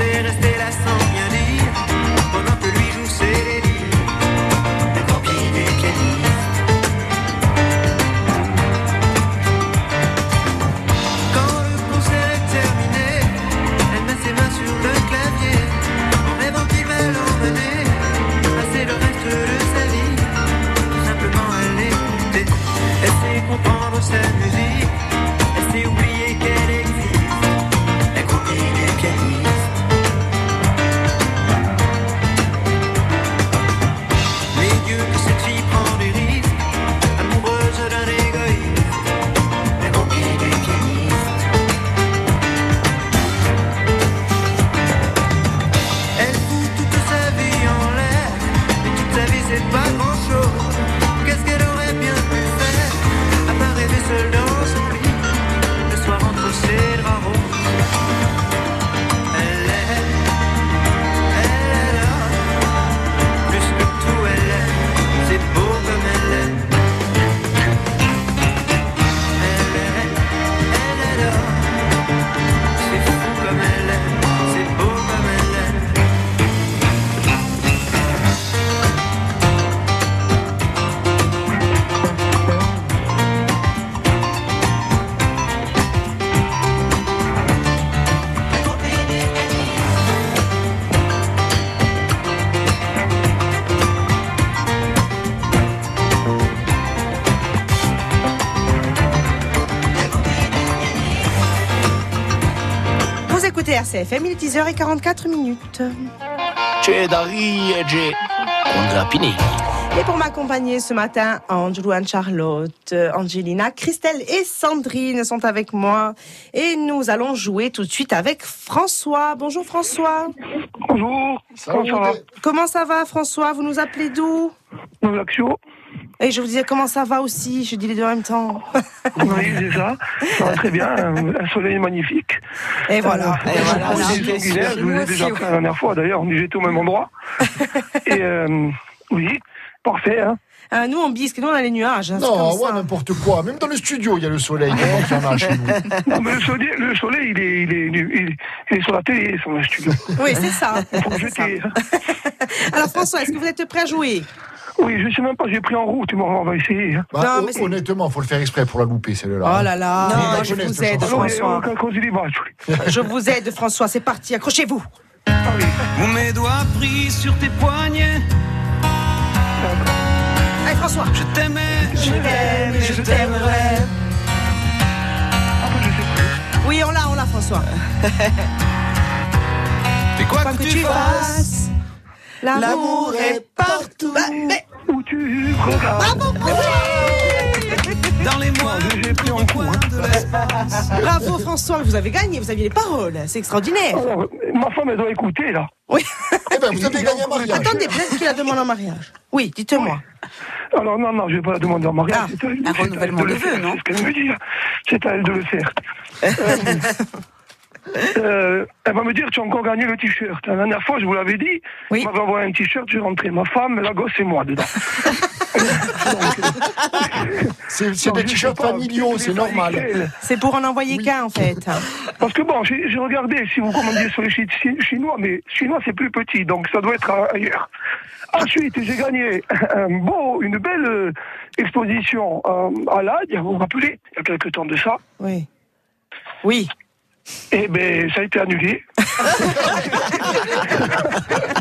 est resté là sans rien dire. Pendant que lui joue ses délires. Le grand pied du pianiste. Quand le concert est terminé, elle met ses mains sur le clavier. En rêvant qu'il va l'emmener. Passer le reste de sa vie. Tout simplement à l'écouter. Elle sait comprendre sa musique. Elle sait oublier qu'elle existe. La compagnie du pianiste. Les yeux de cette fille prend des risques, amoureuse d'un égoïste. La compagnie du pianiste. Elle fout toute sa vie en l'air, mais toute sa vie c'est pas grand chose. Qu'est-ce qu'elle aurait bien pu faire, à part rêver seule dans son lit, le soir entre ses draps roses. Elle aime, elle elle a, plus que tout elle aime, c'est beau comme elle aime. Elle aime, elle elle a, c'est fou comme elle aime, c'est beau comme elle aime. Vous écoutez RCFM, il est 10h44 minutes. C'è da riege con Grappini. Et pour m'accompagner ce matin, Andrew, Anne-Charlotte, euh, Angelina, Christelle et Sandrine sont avec moi. Et nous allons jouer tout de suite avec François. Bonjour François. Bonjour. Comment ça va Comment ça va François Vous nous appelez d'où Dans l'action. Et je vous disais comment ça va aussi. Je dis les deux en même temps. Oui, c'est ça. Ça va Ah, très bien. Un un soleil magnifique. Et voilà. Euh, Et voilà. je suis C'était originaire, Je vous sûr. ai déjà fait la dernière fois. D'ailleurs, on était au même endroit. Et euh, oui, parfait. hein. Ah, nous on bisque, nous on a les nuages. hein, c'est Non, comme ça. ouais, n'importe quoi. Même dans le studio, il y a le soleil. Comment qu'il y en a chez nous Non, mais le soleil, le soleil, il, est, il, est, il est- il est sur la télé, il est sur le studio. Oui, c'est ça. Faut le jeter. hein. Alors François, est-ce que vous êtes prêt à jouer Oui, je sais même pas, j'ai pris en route, mais on va essayer. hein. Bah, hon- Honnêtement, faut le faire exprès pour la louper, celle-là. hein. Oh là là, Il est non, pas je honnête, vous ce aide, chanteur. François. Je vous aide François, c'est parti, accrochez-vous. Ou mes doigts pris sur tes poignets. Allez, François. Je t'aimais, je t'aime et je t'aimerai. Oui, on l'a, on l'a François. Et quoi que, tu fasses, L'amour est partout. Bah, Où tu regardes. dans les mois, j'ai pris en cours. hein. Bravo François, vous avez gagné, vous aviez les paroles, c'est extraordinaire. Oh, Ma femme, elle doit écouter, là. Oui. Eh ben, vous avez gagné un mariage. Attendez, peut-être qu'il la demande en mariage. Oui, dites-moi. Ah, Alors non, non, je ne vais pas la demander en mariage. c'est à elle, c'est à elle renouvellement le de vœux, faire, non C'est ce qu'elle me dit. là. C'est à elle de le faire. Euh, euh, elle va me dire, tu as encore gagné le t-shirt. La dernière fois, je vous l'avais dit, oui. m'avait envoyé un t-shirt, j'ai rentré ma femme, la gosse et moi dedans. euh, C'est c'est des t-shirts familiaux, c'est normal. C'est pour en envoyer qu'un en fait. Parce que bon, j'ai j'ai regardé si vous commandiez sur les sites chi- chinois, mais chinois c'est plus petit, donc ça doit être euh, ailleurs. Ensuite, j'ai gagné un beau, une belle euh, exposition euh, à l'AD, vous vous rappelez, il y a quelques temps de ça. Oui. Oui. Eh ben, ça a été annulé.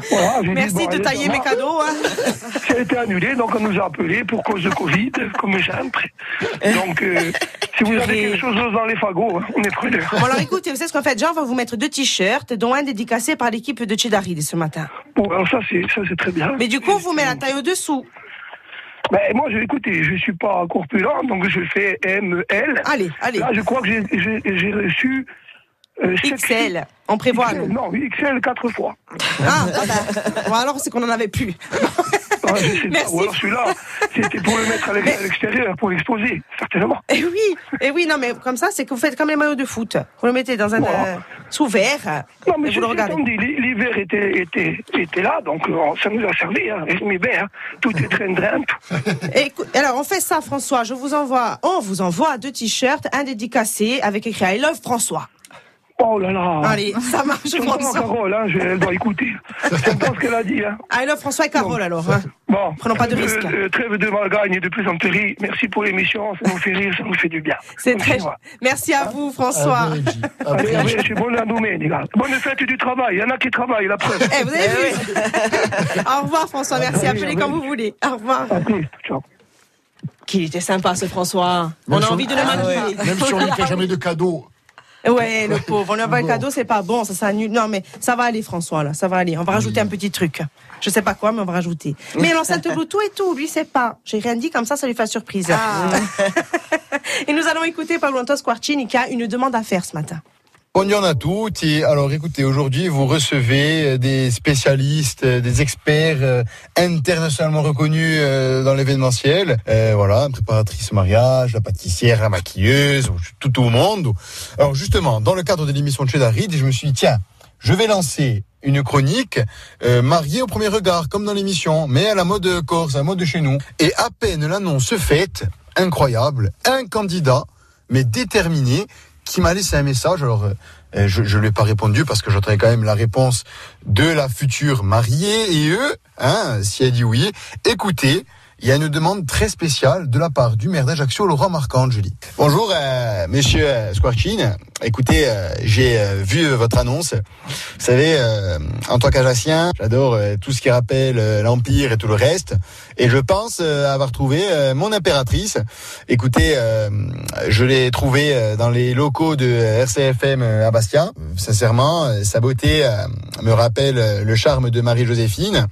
Voilà, j'ai dit, Merci bon, de allez, tailler ça mes va. cadeaux. hein. Ça a été annulé, donc on nous a appelé pour cause de Covid, comme sempre. Donc, euh, si vous avez quelque chose d'autre dans les fagots, hein, on est preneurs. Bon alors écoutez, vous savez ce qu'on fait Jean va vous mettre deux t-shirts, dont un dédicacé par l'équipe de Cheddaride ce matin. Bon, alors ça, c'est ça, c'est très bien. Mais du coup, on vous met la taille au-dessous. Ben, moi, je, écoutez, je suis pas corpulent, donc je fais ML. Allez, allez. Là, je crois que j'ai- j'ai j'ai reçu. euh, XL. On prévoit, XL, nous. non, XL quatre fois. Ah, ah bah. Bon, alors c'est qu'on en avait plus. Ah, je sais pas. Ou alors celui-là, c'était pour le mettre à l'ex- à l'extérieur, pour l'exposer, certainement. Eh oui, eh oui, non mais comme ça, c'est que vous faites comme les maillots de foot. Vous le mettez dans un euh, sous verre. Non, mais et je vous le vous regardez. attendez, l'hiver était, était, était là, donc euh, ça nous a servi, hein, mes hein, tout est train train Écoute, alors on fait ça, François. Je vous envoie, on vous envoie deux t-shirts, un dédicacé avec écrit I love François. Oh là là Allez, ça marche, Je François. prends Carole, hein, je- elle doit écouter. Elle pense qu'elle a dit. Hein. I love François et Carole alors. hein. Bon, Prenons pas de Euh, risques. euh, trêve de malgagne et de plaisanterie. Merci pour l'émission, ça nous fait rire, ça nous fait du bien. C'est très. Continuons. Merci à vous, François. Allez, allez, c'est bon domaine, les gars. Bonne fête du travail, il y en a qui travaillent, la preuve. Eh, vous avez vu Au revoir, François. Merci. Oui, Appelez oui. quand vous voulez. Au revoir. Ciao. Qui était sympa ce François. Même On a sur- envie de le Ah marier. ouais. Même sur lui qui n'a jamais de cadeau. Ouais, le pauvre. On lui envoie le cadeau, c'est pas bon, ça s'annule. Non, mais ça va aller, François, là. Ça va aller. On va rajouter un petit truc. Je sais pas quoi, mais on va rajouter. Mais l'enceinte Bluetooth et tout, lui, c'est pas. J'ai rien dit, comme ça, ça lui fait surprise. Ah. et nous allons écouter Pablo Antos Quarcini qui a une demande à faire ce matin. Bonjour à toutes. Et alors, écoutez, aujourd'hui, vous recevez euh, des spécialistes, euh, des experts euh, internationalement reconnus euh, dans l'événementiel. Euh, voilà, une préparatrice au mariage, la pâtissière, la maquilleuse, tout au monde. Alors, justement, dans le cadre de l'émission de Chez Darid, je me suis dit, tiens, je vais lancer une chronique euh, mariée au premier regard, comme dans l'émission, mais à la mode corse, à la mode de chez nous. Et à peine l'annonce faite, incroyable, un candidat, mais déterminé, qui m'a laissé un message. Alors, euh, je ne lui ai pas répondu parce que j'attendais quand même la réponse de la future mariée. Et eux, hein, si elle dit oui, écoutez, il y a une demande très spéciale de la part du maire d'Ajaccio, Laurent Marcangeli. Bonjour, euh, monsieur euh, Squarchin. Écoutez, euh, j'ai euh, vu euh, votre annonce. Vous savez, euh, en tant qu'Ajaccien, j'adore euh, tout ce qui rappelle euh, l'Empire et tout le reste. Et je pense euh, avoir trouvé euh, mon impératrice. Écoutez, euh, je l'ai trouvée euh, dans les locaux de RCFM euh, à Bastia. Sincèrement, euh, sa beauté euh, me rappelle euh, le charme de Marie-Joséphine.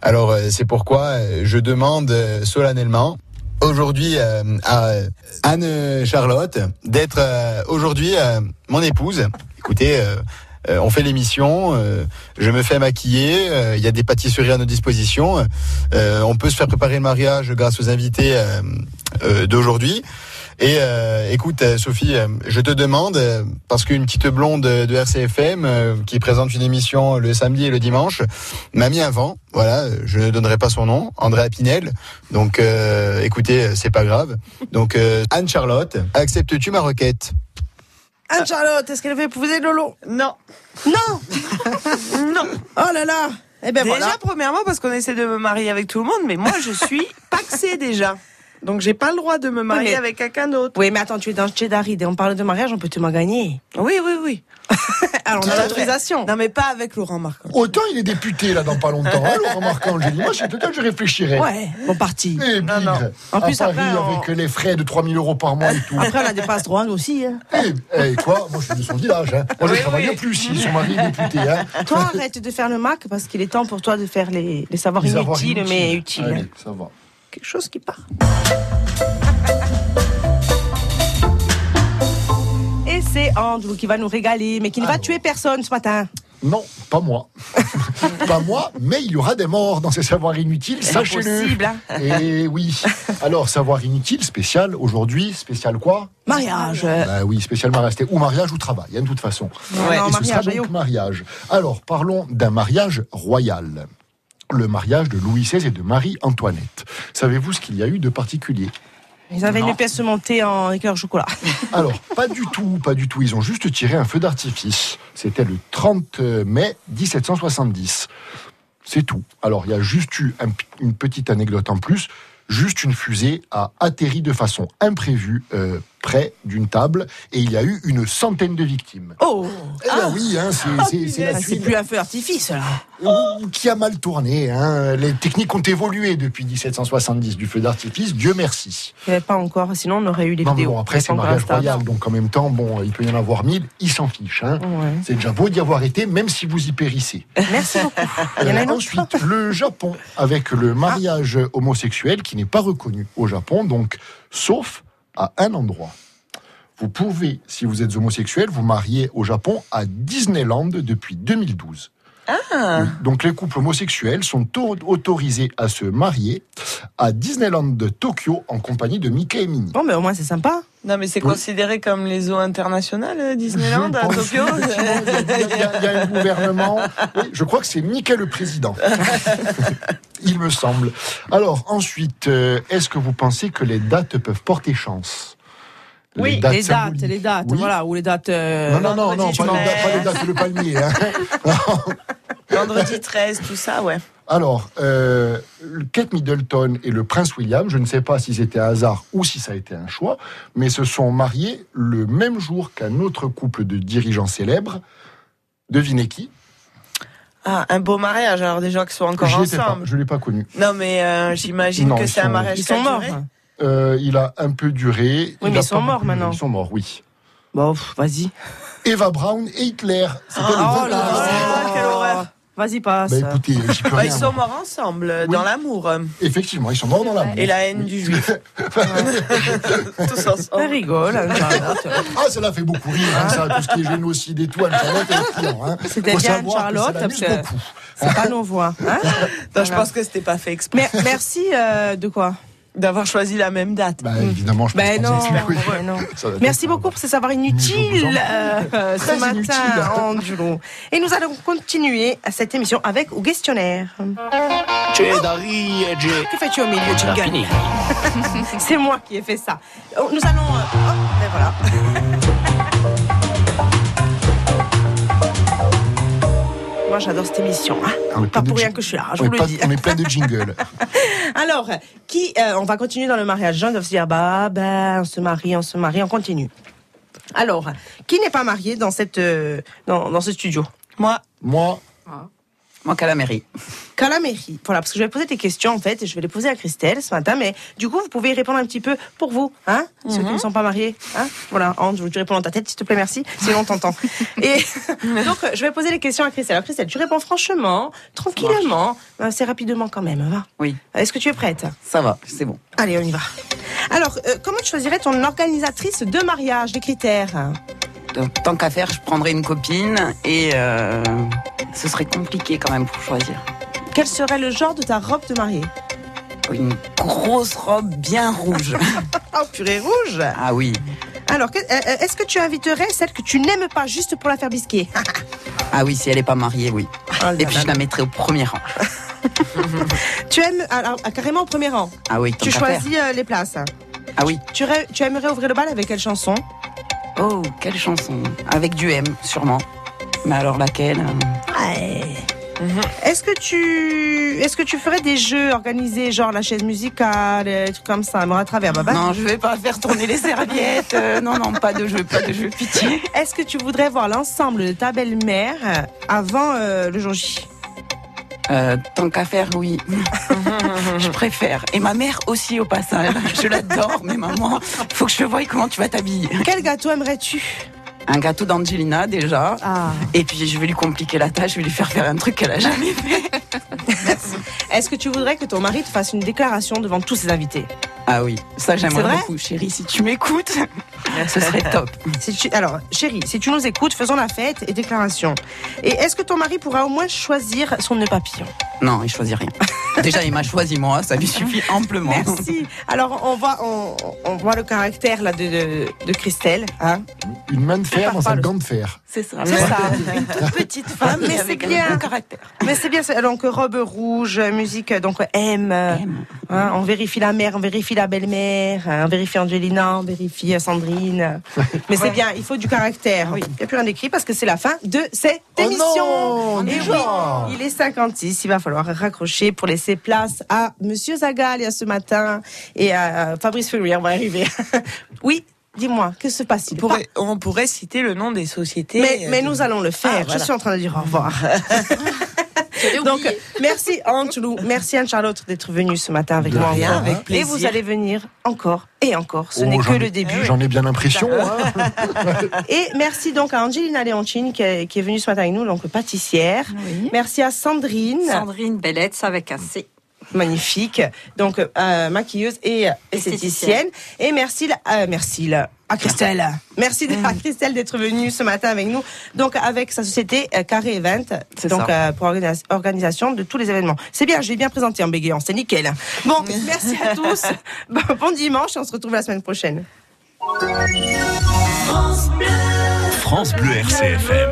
Alors euh, c'est pourquoi euh, je demande euh, solennellement aujourd'hui euh, à Anne Charlotte d'être euh, aujourd'hui euh, mon épouse. Écoutez, euh, euh, on fait l'émission, euh, je me fais maquiller, euh, il y a des pâtisseries à notre disposition, euh, on peut se faire préparer le mariage grâce aux invités euh, euh, d'aujourd'hui. Et euh, écoute, euh, Sophie, euh, je te demande, euh, parce qu'une petite blonde euh, de RCFM euh, qui présente une émission le samedi et le dimanche m'a mis un vent. Voilà, euh, je ne donnerai pas son nom, Andrea Pinel. Donc, euh, écoutez, euh, c'est pas grave. Donc, euh, Anne-Charlotte, acceptes-tu ma requête Anne Charlotte, est-ce qu'elle veut épouser Lolo Non. Non Non. Oh là là. Eh ben déjà, voilà. premièrement, parce qu'on essaie de me marier avec tout le monde, mais moi, je suis paxée déjà. Donc, j'ai pas le droit de me marier Oui, mais- avec quelqu'un d'autre. Oui, mais attends, tu es dans Chedarid et on parle de mariage, on peut te m'en gagner. Oui, oui, oui. Alors, on Tout à a fait. l'autorisation. Non, mais pas avec Laurent Marc. Autant il est député là dans pas longtemps, hein, Laurent Marcangeli. Moi, c'est total, je réfléchirais. Ouais, bon parti. Et Non, bigre. non. En En plus, plus, à Paris, après, on- avec les frais de 3000 euros par mois et tout. Après, on a des passes droits, nous aussi. hein. Eh, eh, quoi Moi, je suis de son village. Hein. Moi, je travaille plus. Si son mari est député. Hein. Toi, arrête de faire le Mac parce qu'il est temps pour toi de faire les, les savoirs Les inutiles, savoirs mais inutiles. utiles. Allez, ça va. Quelque chose qui part. Et c'est Andrew qui va nous régaler, mais qui ne va tuer personne ce matin. Non, pas moi. pas moi, mais il y aura des morts dans ces savoirs inutiles, sachez-le. Impossible, hein. Et oui. Alors, savoir inutile, spécial, aujourd'hui, spécial quoi Mariage. Bah oui, spécial mariage. C'était ou mariage ou travail, hein, de toute façon. Ouais. Non, Et ce sera mariage, donc mariage. Alors, parlons d'un mariage royal. Le mariage de Louis XVI et de Marie-Antoinette. Savez-vous ce qu'il y a eu de particulier Ils avaient Non. une pièce montée en éclair au chocolat. alors, pas du tout, pas du tout. Ils ont juste tiré un feu d'artifice. C'était le 30 mai 1770. C'est tout. Alors, il y a juste eu un p- une petite anecdote en plus. Juste une fusée a atterri de façon imprévue euh, près d'une table et il y a eu une centaine de victimes. Oh Eh ben oui, hein, c'est- c'est c'est la Ah, C'est suite. plus un feu d'artifice, là. Oh Ouh, Qui a mal tourné. hein. Les techniques ont évolué depuis 1770 du feu d'artifice. Dieu merci. Il n'y avait pas encore, sinon on aurait eu les Non, mais vidéos. bon, après, c'est pas encore mariage Insta. royal, donc en même temps, bon, il peut y en avoir mille, ils s'en fichent. hein. C'est déjà beau d'y avoir été, même si vous y périssez. Merci beaucoup. Euh, ensuite, le Japon, avec le mariage homosexuel qui n'est pas reconnu au Japon, donc, sauf à un endroit. Vous pouvez, si vous êtes homosexuel, vous marier au Japon à Disneyland depuis 2012. Ah. Oui, Donc les couples homosexuels sont au- autorisés à se marier à Disneyland de Tokyo en compagnie de Mickey et Minnie. Bon, mais au moins c'est sympa. Non, mais c'est Oui. considéré comme les eaux internationales, euh, Disneyland, à Tokyo. Il y, a- il y a un gouvernement. Oui, je crois que c'est Mickey le président. Il me semble. Alors ensuite, euh, est-ce que vous pensez que les dates peuvent porter chance Oui, les dates les dates, symboliques. les dates, Oui. voilà, ou les dates. euh, non, non, non, non, vendredi, pas les dates, dimanche. pas les dates, le palmier. hein. Vendredi 13, tout ça, ouais. Alors, euh, Kate Middleton et le prince William, je ne sais pas si c'était un hasard ou si ça a été un choix, mais se sont mariés le même jour qu'un autre couple de dirigeants célèbres. Devinez qui Ah, un beau mariage, alors des gens qui sont encore J'y étais pas, ensemble. je ne l'ai pas connu. Non, mais euh, j'imagine Non, que ils c'est un sont- mariage. Ils qui a sont duré. hein. morts. Euh, il a un peu duré. mais Il a ils sont pas morts beaucoup- maintenant. Ils sont morts, oui. Bon, vas-y. Eva Braun et Hitler. C'était Oh les là vingt- là, quelle horreur. Vas-y, passe. Bah, écoutez, j'y peux Bah, ils rien, sont moi. morts ensemble, euh, dans l'amour. euh, Effectivement, ils sont morts dans la Et la haine du juif. Tous ensemble. Elle hein, rigole. Ah, ça l'a fait beaucoup rire, hein, ça, tout ce qui est génocide et tout, Anne-Charlotte et Hitler. Hein. C'était Faut bien savoir que ça Anne-Charlotte, l'amuse parce que- beaucoup. C'est pas nos voix. hein Non, je pense que c'était pas fait exprès. Mais merci euh, de quoi D'avoir choisi la même date. Bah, évidemment, je pense Ben pas non, que c'est- oui. ben non. Ça doit être- Merci Merci beaucoup pour ces savoirs inutiles euh, Très ce matin, inutiles. Angelo. Et nous allons continuer cette émission avec au questionnaire. Que fais-tu au milieu, La Jingle fini. C'est moi qui ai fait ça. Oh, Nous allons. euh, oh, ben voilà. Ah, Moi, j'adore cette émission. Ah, hein. On est plein Pas de pour rien jing- que je suis là, hein, je on est vous le plein- dis. On est plein de jingles. Alors, qui euh, on va continuer dans le mariage. Jean doit se dire bah ben on se marie, on se marie, on continue. Alors, qui n'est pas marié dans cette euh, dans, dans ce studio Moi. Moi. Ah. Moi, qu'à la mairie. Qu'à la mairie. Voilà, parce que je vais poser des questions en fait, et je vais les poser à Christelle ce matin, mais du coup vous pouvez y répondre un petit peu pour vous, hein Ceux qui ne sont pas mariés, hein Voilà, Anne, je tu réponds dans ta tête, s'il te plaît, merci, sinon on t'entend. et donc euh, je vais poser les questions à Christelle. Alors Christelle, tu réponds franchement, tranquillement, assez rapidement quand même, va. Oui. Est-ce que tu es prête Ça va, c'est bon. Allez, on y va. Alors, euh, comment tu choisirais ton organisatrice de mariage, les critères Donc, tant qu'à faire, je prendrai une copine et euh, ce serait compliqué quand même pour choisir. Quel serait le genre de ta robe de mariée Une grosse robe bien rouge. Oh, purée rouge Ah oui. Alors, que- euh, euh, est-ce que tu inviterais celle que tu n'aimes pas juste pour la faire bisquer Ah oui, si elle n'est pas mariée, oui. Ah, et puis je la mettrai au premier rang. Tu aimes alors, ah, carrément au premier rang. Ah oui, tant tu qu'à choisis faire. euh, les places. Ah oui. Tu, rê- tu aimerais ouvrir le bal avec quelle chanson Oh, quelle chanson Avec du M, sûrement. Mais alors laquelle euh, Mhm. Est-ce que tu est-ce que tu ferais des jeux organisés genre la chaise musicale, des trucs comme ça, mort à travers, baba Non, je vais pas faire tourner les serviettes. euh, non, non, pas de jeu, pas de jeu, pitié. Est-ce que tu voudrais voir l'ensemble de ta belle-mère euh, avant euh, le jour J Euh, tant qu'à faire, oui. je préfère. Et ma mère aussi, au passage. Je l'adore, mais maman, faut que je voie comment tu vas t'habiller. Quel gâteau aimerais-tu Un gâteau d'Angelina, déjà. Ah. Et puis, je vais lui compliquer la tâche, je vais lui faire faire un truc qu'elle a jamais fait. Est-ce que tu voudrais que ton mari te fasse une déclaration devant tous ses invités Ah oui, ça, C'est vrai j'aimerais beaucoup, chérie. Si tu m'écoutes, ce serait top. Si tu- alors, chérie, si tu nous écoutes, faisons la fête et déclaration. Et est-ce que ton mari pourra au moins choisir son nœud papillon Non, il choisit rien. Déjà, il m'a choisi moi, ça lui suffit amplement. Merci. Alors, on voit, on, on voit le caractère là de, de, de Christelle. Hein Une main de fer dans un gant de fer. C'est ça. C'est ça. Une toute petite Ah, femme, mais c'est avec un bien. bon caractère. Mais c'est bien. c'est- Donc, robe rouge, musique, donc M. euh, hein, on vérifie la mère, on vérifie la belle-mère, hein, on vérifie Angelina, on vérifie euh, Sandrine. Mais c'est bien, il faut du caractère. Il n'y a plus rien d'écrit parce que c'est la fin de cette Oh émission. non, Et déjà oui, il est 56, il va falloir raccrocher pour laisser place à Monsieur Zagalia ce matin et à euh, Fabrice Ferrier. On va y arriver. oui, dis-moi, que se passe-t-il Pourrait- on pourrait citer le nom des sociétés. mais, euh, mais de- nous allons le faire. Ah, voilà. Je suis en train de dire au revoir. Donc, merci Antoulou, merci Anne-Charlotte d'être venue ce matin avec De moi. rien, encore. avec et plaisir. vous allez venir encore et encore. Ce Oh, n'est que j'en ai- le début. J'en ai bien l'impression. hein. Et merci donc à Angelina Léontine qui est, qui est venue ce matin avec nous, donc pâtissière. Merci à Sandrine, Sandrine Belletz avec un C. magnifique, donc euh, maquilleuse et euh, esthéticienne. Et merci, là- euh, merci là, à Christelle. Merci Mm, de- à Christelle d'être venue ce matin avec nous, donc avec sa société euh, Carré Event, C'est donc ça. euh, pour organis- organisation de tous les événements. C'est bien, je l'ai bien présenté en bégayant, c'est nickel. Bon, Mm. merci à tous. Bon, bon dimanche, on se retrouve la semaine prochaine. France Bleu RCFM.